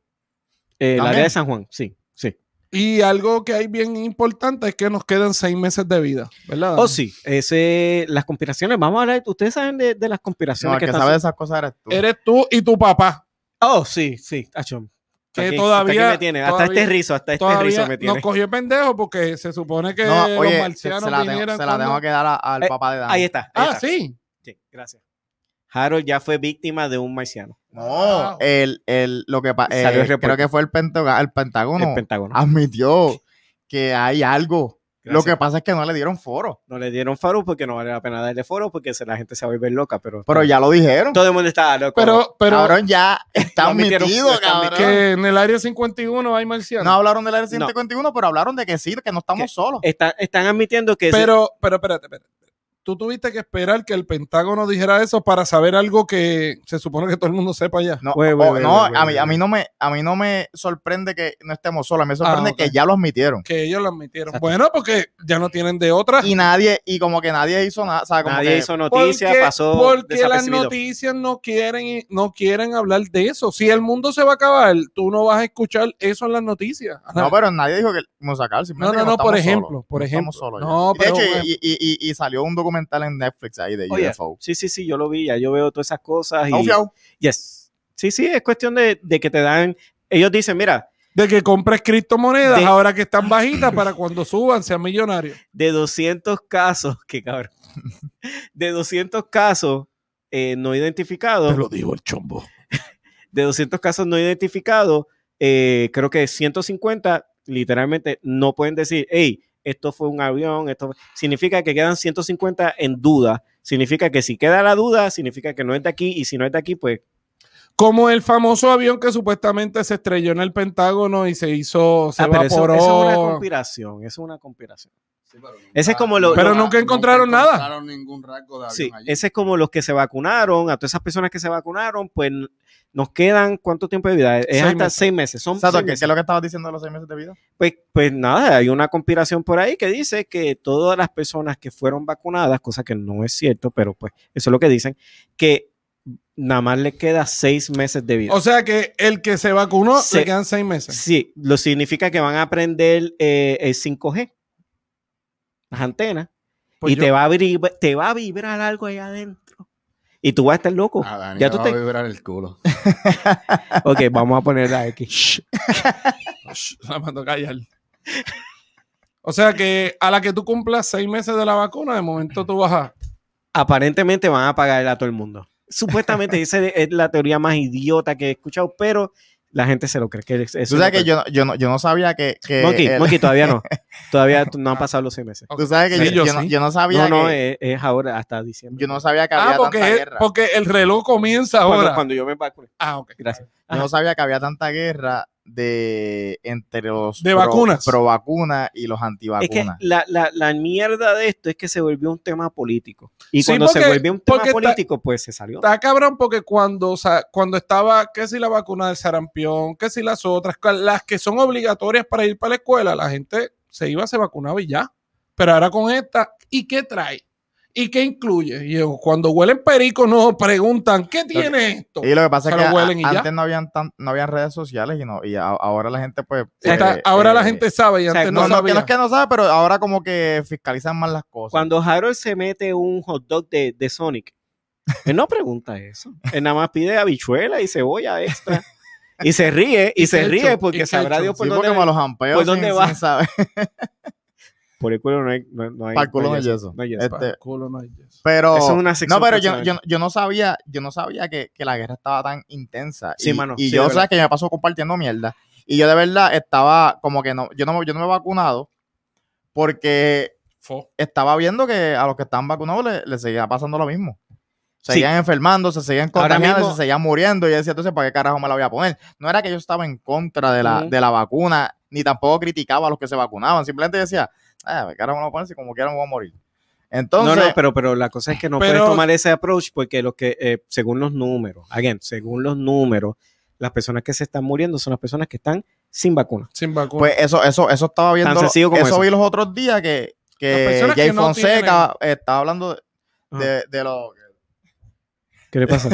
C: Eh, el
A: ¿También?
C: área de San Juan, sí, sí.
B: Y algo que hay bien importante es que nos quedan seis meses de vida, ¿verdad?
C: Oh, sí, ese, las conspiraciones. Vamos a hablar, ustedes saben de, de las
A: No,
C: conspiraciones
A: el
C: que,
A: que
C: están-
A: sabe de esas cosas eres tú.
B: Eres tú y tu papá.
C: Oh, sí, sí, achón.
B: Que
C: Hasta aquí-
B: todavía-
C: Hasta, aquí me tiene, hasta
B: todavía-
C: este rizo, hasta este rizo
B: Todavía
C: me tiene.
B: nos cogió pendejo porque se supone que
A: No,
B: los
A: oye, se,
B: marcianos
A: se la tengo,
B: vinieran
A: se la
B: cuando-
A: tengo que dar a- al
C: Eh,
A: papá de Dani.
C: Ahí está. ahí
B: Ah,
C: está.
B: sí.
C: Sí, gracias. Harold ya fue víctima de un marciano.
A: No, eh. el, el, lo que pa-
F: Salió el
A: eh, creo
F: reporte.
A: que fue el, Pentago- el Pentágono.
F: El Pentágono.
A: admitió que hay algo. Ah, Lo
F: Gracias.
A: que pasa es que no le dieron foro.
F: No le dieron faro porque no vale la pena darle foro porque se- la gente se va a volver loca, pero...
A: Pero ya lo dijeron.
F: Todo el mundo está loco.
B: Pero, pero
A: cabrón, ya está
F: Lo admitieron,
A: admitido,
F: lo está
A: cabrón.
B: que en el área 51 hay marcianos.
A: No hablaron del área 151, pero hablaron de que sí, que no estamos solos.
F: Está- están admitiendo que... ese-
B: pero, pero espérate, espérate. Tú tuviste que esperar que el Pentágono dijera eso para saber algo que se supone que todo el mundo sepa ya.
A: No,
F: Güey,
A: oh,
F: güey, güey,
A: no,
F: güey,
A: a,
F: güey,
A: mí, a mí no me, a mí no me sorprende que no estemos solos, me sorprende
B: Ah, ok.
A: que ya lo admitieron.
B: Que ellos lo admitieron.
F: Exacto.
B: Bueno, porque ya no tienen de otra.
A: Y nadie, y como que nadie hizo nada, o sea, como
F: nadie
A: que-
F: hizo noticia,
B: porque,
F: pasó
B: porque las
F: desapercibido.
B: noticias no quieren no quieren hablar de eso. Si el mundo se va a acabar, tú no vas a escuchar eso en las noticias.
A: No, pero nadie dijo que íbamos a sacar.
B: Ah. no,
A: simplemente
B: no,
A: que
B: no, por
A: estamos
B: ejemplo,
A: solos,
B: por
A: no
B: ejemplo.
A: estamos solos ya.
B: no,
A: Y de
B: pero
A: hecho, y, y- y- y salió un documental en Netflix ahí de
F: Oye,
A: UFO.
F: Oh, Sí, sí, sí, yo lo vi, ya yo veo todas esas cosas. Y,
A: Au, fiau.
F: Yes. Sí, sí, es cuestión de, de que te dan... Ellos dicen, mira,
B: de que compres criptomonedas
F: De-
B: ahora que están bajitas para cuando suban sean millonarios.
F: de 200 casos, que cabrón, de 200 casos eh, no identificados,
B: dijo el chombo.
F: de 200 casos no identificados, eh, creo que 150 literalmente no pueden decir, hey, esto fue un avión, esto fue-". significa que quedan 150 en duda, significa que si queda la duda, significa que no es de aquí y si no es de aquí, pues
B: Como el famoso avión que supuestamente se estrelló en el Pentágono y se hizo, se
F: ah, pero eso,
B: evaporó.
F: eso es una conspiración, eso es una conspiración.
E: Sí, pero nunca-
F: Ese es como lo-
B: Pero nunca encontraron nada.
E: encontraron ningún rasgo de avión
F: Sí,
E: allí.
F: ese es como los que se vacunaron, a todas esas personas que se vacunaron, pues nos quedan cuánto tiempo de vida, es
B: Seis
F: hasta
B: meses.
F: seis meses, son
A: Exacto,
F: seis
A: ¿qué,
F: meses.
A: qué es lo que estabas diciendo de los seis meses de vida?
F: Pues, pues nada, hay una conspiración por ahí que dice que todas las personas que fueron vacunadas, cosa que no es cierto, pero pues eso es lo que dicen, que nada más le queda seis meses de vida.
B: O sea que el que se vacunó
F: Se-
B: le quedan seis meses.
F: sí, lo significa que van a aprender eh, el 5G, las antenas,
B: Pues
F: y
B: yo-
F: te, va a vibrar, te va a vibrar algo ahí adentro. Y tú vas a estar loco.
E: A Ah, Dani
F: Ya
E: le
F: tú
E: va
F: te-
E: a vibrar el culo.
F: Ok, vamos a ponerla aquí.
B: La mandó callar. O sea que a la que tú cumplas seis meses de la vacuna, de momento tú vas a.
F: aparentemente van a pagarle a todo el mundo. Supuestamente esa es la teoría más idiota que he escuchado, pero la gente se lo cree. Que es- eso
A: Tú sabes
F: es
A: que yo, no- yo, no, yo no sabía que. que
F: Monkey,
A: el-
F: Monkey, todavía no. Todavía no han pasado los seis meses.
A: Tú sabes que
B: Sí,
A: yo,
B: yo
A: yo no,
B: sí.
A: yo no sabía
F: No, no, eh.
A: que.
F: es, es ahora hasta diciembre.
A: yo no sabía que
B: Ah,
A: había tanta
B: porque,
A: guerra.
B: porque el reloj comienza
F: cuando,
B: ahora.
F: cuando yo me vacune.
B: Ah, ok.
F: Gracias.
A: Yo no sabía que había tanta guerra de entre los
B: De
A: pro,
B: vacunas.
A: pro vacuna y los
F: Es que
A: antivacunas.
F: la, la, la mierda de esto es que se volvió un tema político. Y
B: Sí,
F: cuando se
B: porque-
F: volvió un tema
B: porque está-
F: político, pues se salió.
B: Está cabrón porque cuando, o sea, cuando estaba, que si la vacuna del sarampión, que si las otras, cual- las que son obligatorias para ir para la escuela, la gente se iba, se vacunaba y ya. Pero ahora con esta, ¿y qué trae? ¿Y qué incluye? Y yo, cuando huelen perico nos preguntan, ¿qué tiene esto?
A: Y lo que pasa es
B: se lo
A: que a-
B: huelen y ya.
A: antes no habían tan- no habían redes sociales y no y a- ahora la gente pues
B: Está-
A: eh,
B: ahora
A: eh,
B: la gente sabe y
F: sea,
B: antes
A: no,
B: no,
A: no, que
B: sabía.
A: no es que no sabe, pero ahora como que fiscalizan más las cosas.
F: Cuando Harold se mete un hot dog de, de Sonic, él no pregunta eso. Él nada más pide habichuela y cebolla extra. Y se ríe, y,
B: Y
F: se
B: ketchup,
F: ríe
B: y
F: porque sabrá
B: ketchup.
F: Dios por
A: sí, porque
F: dónde.
A: como los ampeos
F: ¿por dónde
A: sin-
F: va?
A: sin saber.
F: Por el culo no hay. No, no hay
A: Para el culo no hay yeso.
F: no hay yeso.
A: Este,
B: Pa' culo, no hay eso.
A: Pero
F: Eso es una sección
A: no, pero yo,
F: personal.
A: yo, yo no sabía, yo no sabía que, que la guerra estaba tan intensa.
F: Sí,
A: y,
F: mano,
A: y
F: sí, de
A: yo o
F: verdad.
A: sea, que me paso compartiendo mierda. Y yo de verdad estaba como que no, yo no, me- yo no me he vacunado porque
B: Fo.
A: estaba viendo que a los que estaban vacunados le- les seguía pasando lo mismo.
F: Sí.
A: Seguían enfermando, se seguían
F: Ahora
A: contagiando,
F: mismo-
A: se seguían muriendo. Y yo decía, entonces, ¿para qué carajo me la voy a poner? No era que yo estaba en contra de la,
F: Ujú.
A: de la vacuna, ni tampoco criticaba a los que se vacunaban. Simplemente decía, ah, ¿para qué carajo me la voy a poner si como quieran voy a morir? Entonces,
F: no, no, pero, pero la cosa es que no
B: Pero-
F: puedes tomar ese approach porque los que, eh, según los números, again, según los números, las personas que se están muriendo son las personas que están sin vacuna.
B: Sin vacuna.
A: Pues eso, eso, eso estaba viendo.
F: sencillo como
A: eso,
F: eso.
A: vi los otros días que,
B: Las
A: que
B: personas
A: Jay
B: que no
A: Fonseca estaba hablando
F: Ajá.
A: de, de los.
F: ¿Qué le pasa?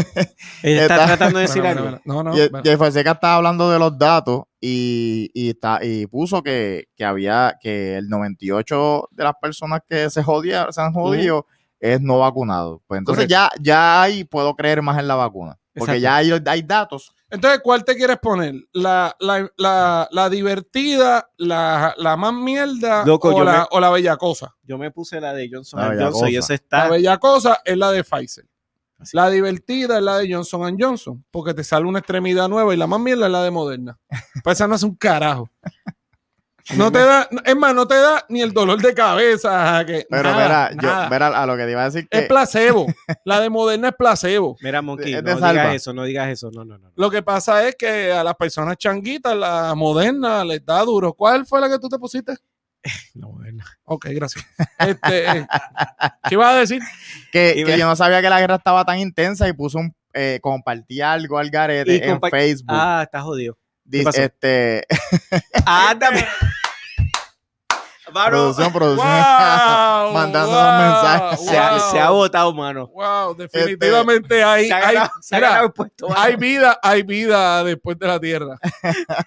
F: Ella está
A: Está-
F: tratando de
B: Bueno,
F: decir
B: bueno,
F: algo.
B: bueno. No, no,
A: Jay-
B: bueno.
A: Jay Fonseca estaba hablando de los datos y, y, está, y puso que, que había que el 98 de las personas que se jodía, se han jodido es no vacunado. Pues entonces ya, ya ahí puedo creer más en la vacuna. Porque
F: Exacto.
A: ya hay, hay datos.
B: Entonces, ¿cuál te quieres poner? ¿La, la, la, la divertida, la, la más mierda
F: Loco,
B: o,
F: yo
B: la,
F: me-
B: o la bella cosa?
F: Yo me puse la de Johnson
A: La
F: Johnson y
A: bellacosa.
F: eso
B: La
F: está
B: bella cosa es la de Pfizer. La divertida es la de Johnson Johnson, porque te sale una extremidad nueva y la más mierda es la de Moderna. Pues esa no es un carajo. No te da, es más, no te da ni el dolor de cabeza. Que,
A: Pero
B: nada,
A: verá,
B: nada.
A: yo, verá, eh. a lo que te iba a decir
B: Es
A: que
B: placebo. La de Moderna es placebo.
F: Mira, Monkey,
A: Es de
F: no
A: salva.
F: digas eso, no digas eso. No, no, no. no.
B: Lo que pasa es que a las personas changuitas, la moderna les da duro. ¿Cuál fue la que tú te pusiste?
F: La moderna.
B: Ok, gracias. Este, eh, ¿Qué ibas a decir?
A: que,
F: Y
A: que
F: ve-
A: yo no sabía que la guerra estaba tan intensa y puso un eh, compartí algo al garete
F: Y
A: en
F: compa-
A: Facebook.
F: Ah, está jodido. Ah,
A: Dice,
F: pasó?
A: este
F: Ándame. Mano,
A: producción, producción.
B: ¡Wow!
A: Mandándonos
B: ¡Wow!
A: mensajes.
F: se, ha-
B: ¡Wow!
F: se ha votado, mano.
B: ¡Wow! Definitivamente hay,
F: Se ha
B: hay,
F: ganado, se ha
B: mira,
F: ganado el puesto. mano.
B: hay vida, hay vida después de la tierra.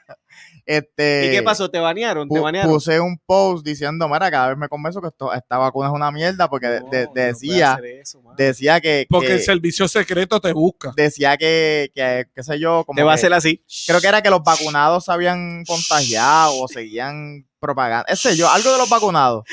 A: Este,
F: ¿Y qué pasó? ¿Te banearon? ¿Te
A: pu-
F: banearon?
A: puse un post diciendo, mira, cada vez me convenzo que esto, esta vacuna es una mierda porque de-
F: No,
A: de-
F: no puede
A: decía,
F: hacer eso, mano.
A: decía que,
B: Porque
A: que-
B: el servicio secreto te busca.
A: decía que, que, qué sé yo, como
F: Te va a
A: que-
F: hacer así.
A: creo que era que los vacunados se habían contagiado o seguían propagando, ese yo, algo de los vacunados.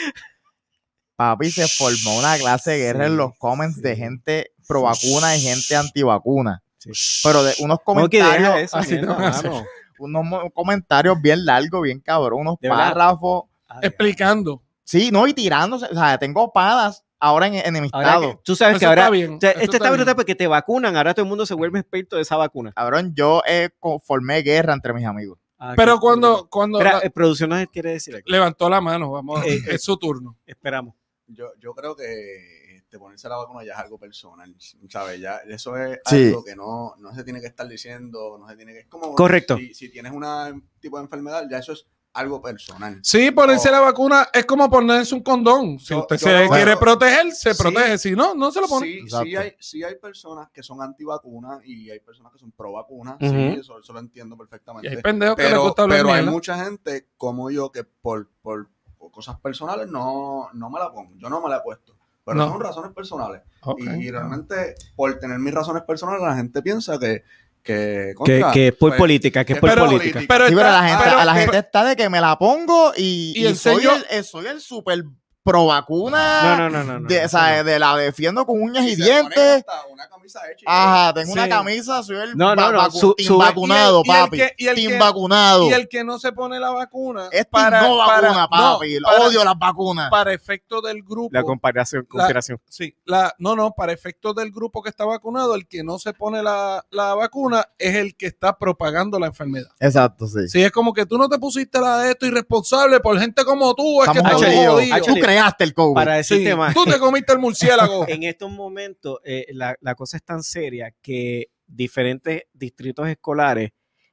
A: Papi, se formó una clase de guerra
F: Sí,
A: en los comments de
F: sí.
A: gente pro vacuna y gente antivacuna.
F: Sí.
A: Pero de unos
F: Monkey, deja
A: comentarios,
F: esa
B: así te
F: mierda,
B: van a hacer.
F: mano.
A: unos mo- comentarios bien largos, bien cabrón, unos
F: De verdad.
A: párrafos.
F: Ay,
B: Explicando.
A: Sí, no, y tirándose. O sea, tengo padas ahora en,
F: ahora
A: enemistado.
F: que- tú sabes que
B: Eso
F: ahora.
B: está bien,
F: o sea,
B: eso
F: esto
B: está
F: está brutal
B: bien.
F: porque te vacunan. Ahora todo el mundo se vuelve experto de esa vacuna.
A: Cabrón, yo eh, co- formé guerra entre mis amigos.
B: Pero cuando, cuando
F: Espera,
B: la-
F: el producción nos quiere decir algo.
B: levantó la mano, vamos,
F: Eh,
B: es su turno.
F: Esperamos.
E: Yo, yo creo que este, ponerse la vacuna ya es algo personal, ¿sabes? Ya, eso es
A: Sí.
E: algo que no, no se tiene que estar diciendo, no se tiene que... Es como
F: Correcto.
E: Si, si tienes un tipo de enfermedad, ya eso es algo personal.
B: Sí, ponerse la vacuna es como ponerse un condón. Si
E: Oh. Yo-
B: usted
E: yo
B: se
E: lo veo-
B: quiere proteger, se
E: Sí.
B: protege. Si no, no se lo pone.
E: Sí, sí,
A: Exacto.
E: hay, sí hay personas que son antivacunas y hay personas que son pro vacunas, sí,
F: Ujú.
E: eso, eso lo
B: Y
E: entiendo
B: hay
E: perfectamente.
B: pendejos que les
E: Pero,
B: gusta hablar
E: pero hay
B: mierda.
E: mucha gente como yo que por, por, por cosas personales no, no me la pongo, yo no me la he puesto, pero
B: No.
E: son razones personales.
B: Ok.
E: Y, realmente por tener mis razones personales la gente piensa que... Que,
F: Que,
E: contra,
F: que es por
E: pues,
F: política, que es
E: es
F: por
E: por
F: política.
E: política.
B: pero
A: Sí, pero
B: está-
A: la gente,
B: pero-
A: a la gente
B: pero-
A: está de que me la pongo y,
B: Y
A: y soy,
B: enseño-
A: el, eh, soy el super pro vacuna.
F: No, no, no, no. no,
A: de,
F: no,
A: o sea,
F: no.
A: de la defiendo con uñas y
E: se ponen
A: dientes.
E: hasta Una camisa hecha y
A: Ajá, tengo una
F: Sí.
A: camisa, soy el
F: No, no,
A: va-
F: no,
A: vacu-
F: su-
A: team
F: su-
A: vacunado,
B: y el- y el
A: papi.
B: que- y el
A: team
B: que-
A: vacunado.
B: y el que no se pone la vacuna
A: es team no vacuna,
B: no,
A: papi.
B: para-
A: Odio las vacunas.
B: para efecto del grupo.
F: La comparación, conspiración.
B: sí, la, no, no, para efectos del grupo que está vacunado, el que no se pone la, la vacuna es el que está propagando la enfermedad.
A: Exacto, sí.
B: Si es como que tú no te pusiste la de esto irresponsable por gente como tú, es
A: Estamos
B: que estamos
A: jodidos.
B: jodidos.
A: Tú creaste el COVID.
F: Para
B: Sí,
F: decirte más,
B: tú te comiste el murciélago.
F: en estos momentos eh, la, la cosa es tan seria que diferentes distritos escolares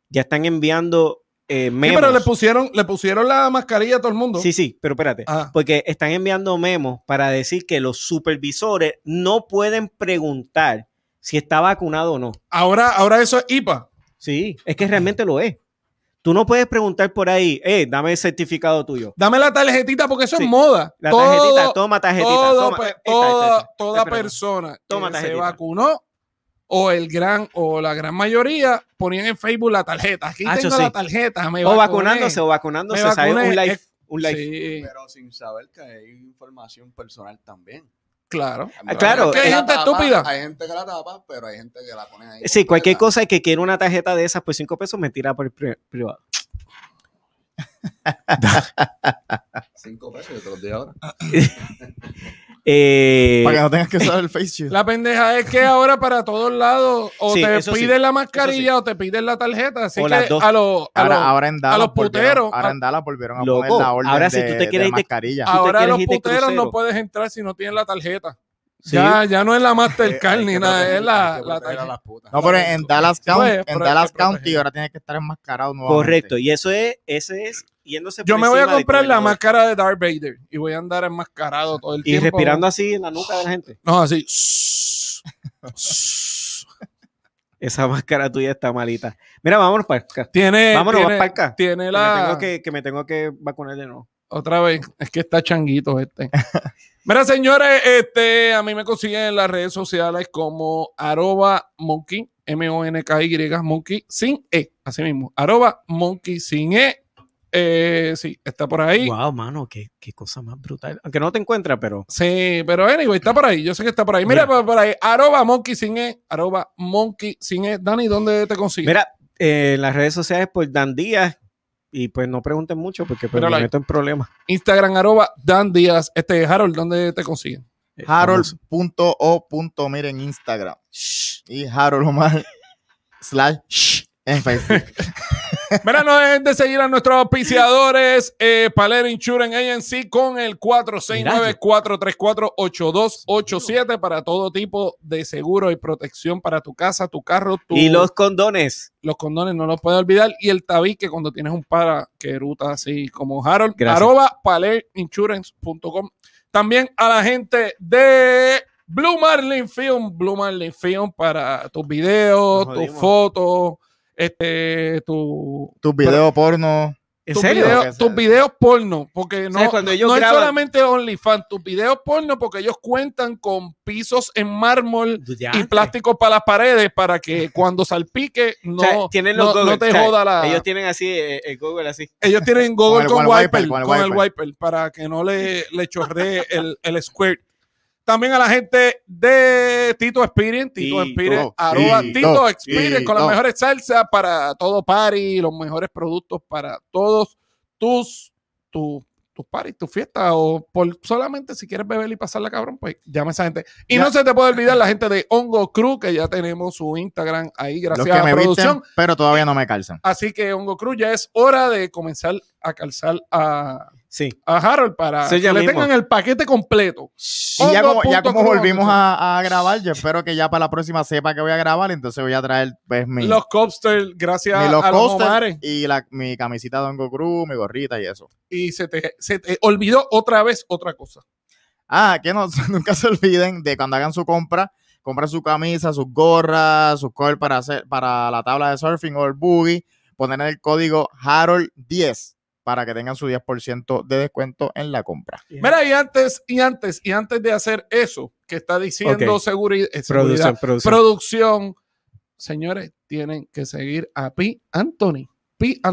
F: ya están enviando eh,
B: Sí,
F: memos.
B: pero le pusieron, le pusieron la mascarilla a todo el mundo.
F: Sí, sí, pero espérate.
B: Ah,
F: Porque están enviando memos para decir que los supervisores no pueden preguntar si está vacunado o no.
B: ahora, ahora eso es IPA.
F: Sí, es que realmente lo es. Tú no puedes preguntar por ahí, eh, dame el certificado tuyo.
B: Dame la tarjetita porque eso
F: Sí.
B: es moda.
F: La
B: Todo-
F: tarjetita, toma tarjetita.
B: todo,
F: toma,
B: pe-
F: esta, esta,
B: toda,
F: esta,
B: toda
F: esta, espérame.
B: persona
F: Toma
B: que se
F: tarjetita.
B: vacunó o el gran o la gran mayoría ponían en Facebook la tarjeta. Aquí
F: Ah,
B: tengo
F: yo sí.
B: la tarjeta, me
F: O
B: vacuné.
F: vacunándose, o vacunándose,
B: Me
F: ¿sabes?
B: vacuné,
F: Un live.
B: es-
F: Un live.
B: Sí,
E: Pero sin saber que hay información personal también.
B: claro.
E: También hay
F: Ah, claro, eh,
E: gente
F: es-
E: la
B: gente
E: tapa,
B: estúpida.
E: Hay gente que la tapa, pero hay gente que la pone ahí.
F: Sí, cualquier
E: completa.
F: cosa que quiera una tarjeta de esas por cinco pesos me tira por el pri- privado.
E: Cinco pesos, yo te los di ahora.
F: Eh,
A: Para que no tengas que usar el face shield.
B: La pendeja es que ahora para todos lados o
F: Sí,
B: te
F: eso sí,
B: piden la
F: eso
B: mascarilla o te piden la tarjeta. Así
F: O
B: que
F: las dos.
B: a los a
A: Ahora,
B: los-
A: ahora en Dallas
B: los
A: volvieron-
B: puteros,
A: ahora
B: a-
A: en Dallas volvieron a Ah,
F: Loco,
A: poner la orden
F: ahora si
A: de,
F: tú te quieres
A: de
F: ir de-
A: mascarilla.
F: te
B: ahora
F: quieres
B: los
F: ir de
B: puteros
F: crucero.
B: no puedes entrar si no tienen la tarjeta.
F: sí.
B: Ya, ya no es la
E: Eh, Hay
B: Mastercard
E: que
B: ni nada,
E: proteger-
B: es la, la
E: hay que proteger a
B: tarjeta.
E: las putas.
A: no, pero en Dallas
B: pues,
A: County,
B: pero
A: en
B: hay
A: Dallas
B: que proteger.
A: County ahora tienes que estar enmascarado nuevamente.
F: correcto. Y eso es, ese es yéndose
B: Yo
F: por
B: me voy a
F: encima de
B: comprar la
F: gobernador.
B: máscara de Darth Vader y voy a andar enmascarado todo el
F: Y
B: tiempo.
F: respirando así en la nuca de la gente.
B: No, así.
F: Esa máscara tuya está malita. Mira, vámonos para acá.
B: tiene.
F: Vámonos,
B: Eh, tiene,
F: vas para acá.
B: tiene
F: Que
B: la.
F: me tengo que, que me tengo que vacunar de nuevo.
B: Otra vez, es que está changuito este. Mira, señores, este, a mí me consiguen en las redes sociales como arroba monkey, M-O-N-K-Y, monkey sin E, así mismo, arroba monkey sin E. Eh, sí, está por ahí.
F: Wow, mano, qué, qué cosa más brutal. Aunque no te encuentra, pero
B: Sí, pero anyway, está por ahí. Yo sé que está por ahí. Mira,
F: Mira.
B: Por, por ahí. Arroba monkey sin e. Arroba monkey sin e. Dani, ¿dónde te consigues?
F: Mira, eh, en las redes sociales por Dan Díaz. Y pues no pregunten mucho porque pues,
B: Mira,
F: me
B: like.
F: meto en problemas.
B: Instagram, arroba Dan Díaz. Este, Harold, ¿dónde te consiguen?
F: Eh,
A: Harold.o.mir en Instagram. Y Harold Omar slash shh en Facebook.
B: Mira, no dejen de seguir a nuestros auspiciadores, eh, Palera Insurance Agency, con el 469-434-8287 para todo tipo de seguro y protección para tu casa, tu carro, tu,
F: Y los condones.
B: los condones, no los puedes olvidar. Y el tabique cuando tienes un para que eruta así como Harold.
F: Gracias.
B: Arroba palerinsurance.com. También a la gente de Blue Marlin Film. Blue Marlin Film para tus videos,
F: Nos
B: tus
F: jodimos.
B: fotos, este, tu,
A: Tus videos porno.
F: ¿En
B: tus
F: serio?
B: videos- tus videos porno, porque no,
F: sea, cuando ellos
B: no es
F: graban-
B: solamente OnlyFans, tus videos porno, porque ellos cuentan con pisos en mármol
F: Pues Ya.
B: y plástico para las paredes para que cuando salpique no,
F: O sea, tienen los
B: no- no
F: goggles,
B: te
F: o sea,
B: joda la.
F: Ellos tienen así eh, el Google así.
B: Ellos tienen Google
A: Con
B: con,
A: el- con el
B: wiper,
A: wiper, con el
B: con el
A: wiper.
B: wiper, para que no le, le chorree el, el squirt. También a la gente de Tito Experience, Tito
F: Tito,
B: Experience, arroba
A: Tito,
B: Tito Experience, con las
A: Tito.
B: mejores salsas para todo party, los mejores productos para todos tus, tus tus parties, tus fiestas, o por solamente si quieres beber y pasarla cabrón, pues llama a esa gente. Y
A: Ya.
B: no se te puede olvidar la gente de Hongo Crew, que ya tenemos su Instagram ahí, gracias
A: los que
B: a la
A: me
B: producción.
A: visten, pero todavía no me calzan.
B: Así que Hongo Cruz ya es hora de comenzar a calzar a,
F: Sí.
B: a Harold para
F: Sí,
B: que
F: ya
B: le
F: mismo.
B: tengan el paquete completo.
A: Y ya como,
B: Hongo.com.
A: ya como volvimos a, a grabar, yo espero que ya para la próxima sepa que voy a grabar, entonces voy a traer pues, mi,
B: Los Copster, gracias
A: mi
B: a
A: los
B: los
A: coasters
B: Omares.
A: y la, mi camisita de Hongo Cruz, mi gorrita y eso.
B: Y se te, se te olvidó otra vez otra cosa.
A: Ah, que no, nunca se olviden de cuando hagan su compra, compren su camisa, sus gorras, sus covers para, hacer, para la tabla de surfing o el boogie, poner el código Harold10 para que tengan su 10% de descuento en la compra.
B: Mira, y antes, y antes, y antes de hacer eso que está diciendo
F: Ok.
B: seguri- eh, seguridad,
F: Producen, producen.
B: producción, señores, tienen que seguir a P. Anthony.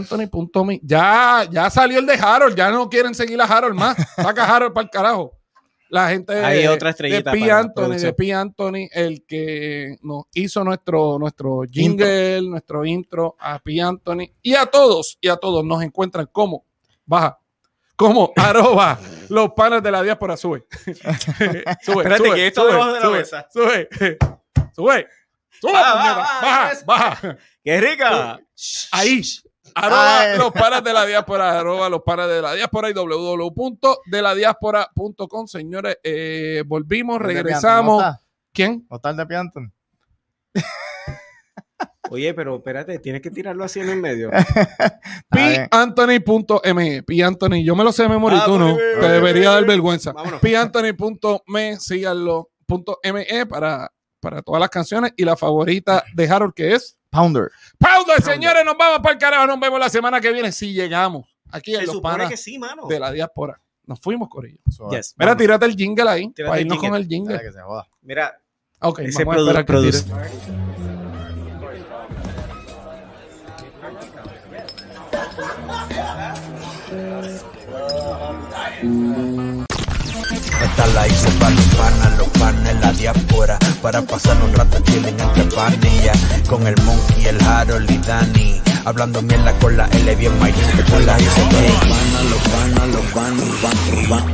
B: PAnthony.me. Ya, ya salió el de Harold. Ya no quieren seguir a Harold más. Saca a Harold para el carajo. La gente
F: Hay
B: de,
F: otra
B: de
F: estrellita
B: P.
F: para la
B: Anthony, de
F: producción.
B: P. Anthony, el que nos hizo nuestro, nuestro jingle, nuestro intro, a P. Anthony y a todos, y a todos nos encuentran como, baja, como arroba los panas de la diáspora, sube. sube
F: Espérate,
B: sube,
F: que esto
B: sube,
F: debajo de la
B: sube,
F: mesa.
B: Sube, sube, sube,
F: Va, va,
B: puñeta.
F: va,
B: baja,
F: es-
B: baja.
F: ¡Qué rica!
B: Ahí. Arroba
A: Ay.
B: los panas de la diáspora, arroba los panas de la diáspora y www.deladiáspora.com. Señores, eh, volvimos, regresamos.
A: ¿No está?
B: ¿Quién?
A: ¿No está el de Piantón?
F: Oye, pero espérate, tienes que tirarlo así en el medio.
A: Está bien.
B: PAnthony.me. PAnthony. Yo me lo sé de memoria y
F: Ah,
B: tú no.
F: muy bien,
B: Te
F: muy
B: debería
F: bien.
B: dar vergüenza.
F: Vámonos.
B: PAnthony.me. Síganlo. punto .me para, para todas las canciones y la favorita de Harold que es.
A: Pounder.
B: Pauda, señores, nos vamos para el carajo. Nos vemos la semana que viene si llegamos. Aquí en
F: Se
B: los
F: supone que
B: panas
F: sí, mano.
B: de la diáspora. Nos fuimos, Corillo.
F: Yes.
B: Mira, tírate el jingle ahí.
F: Tírate
B: para
F: el
B: irnos con
F: jingle.
B: el jingle.
A: Dale, que se joda.
F: Mira,
B: Ok,
F: ese
B: vamos a esperar
F: produ
B: que
F: produce.
B: tire.
E: Esta la hice para los panas, los panas en la diáspora Para pasar un rato chilling entre pandillas Con el Monkey, el Harold y Dani Hablando mierda con la L bien Mike Esta la hice pa' los panas, los panas, los panas, van, van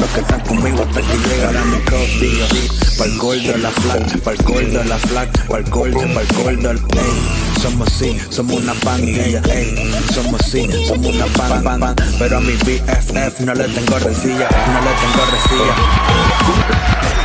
E: Los que están conmigo hasta que llegarán mis dos días Pa'l gordo, la flaca, pa'l gordo, la flaca Pa'l gordo, pa'l gordo, el ey. Somos sí, somos una pandilla, ey. Somos sí, somos una pan, pan, pan. Pero a mi BFF no le tengo resilla, no le tengo resilla.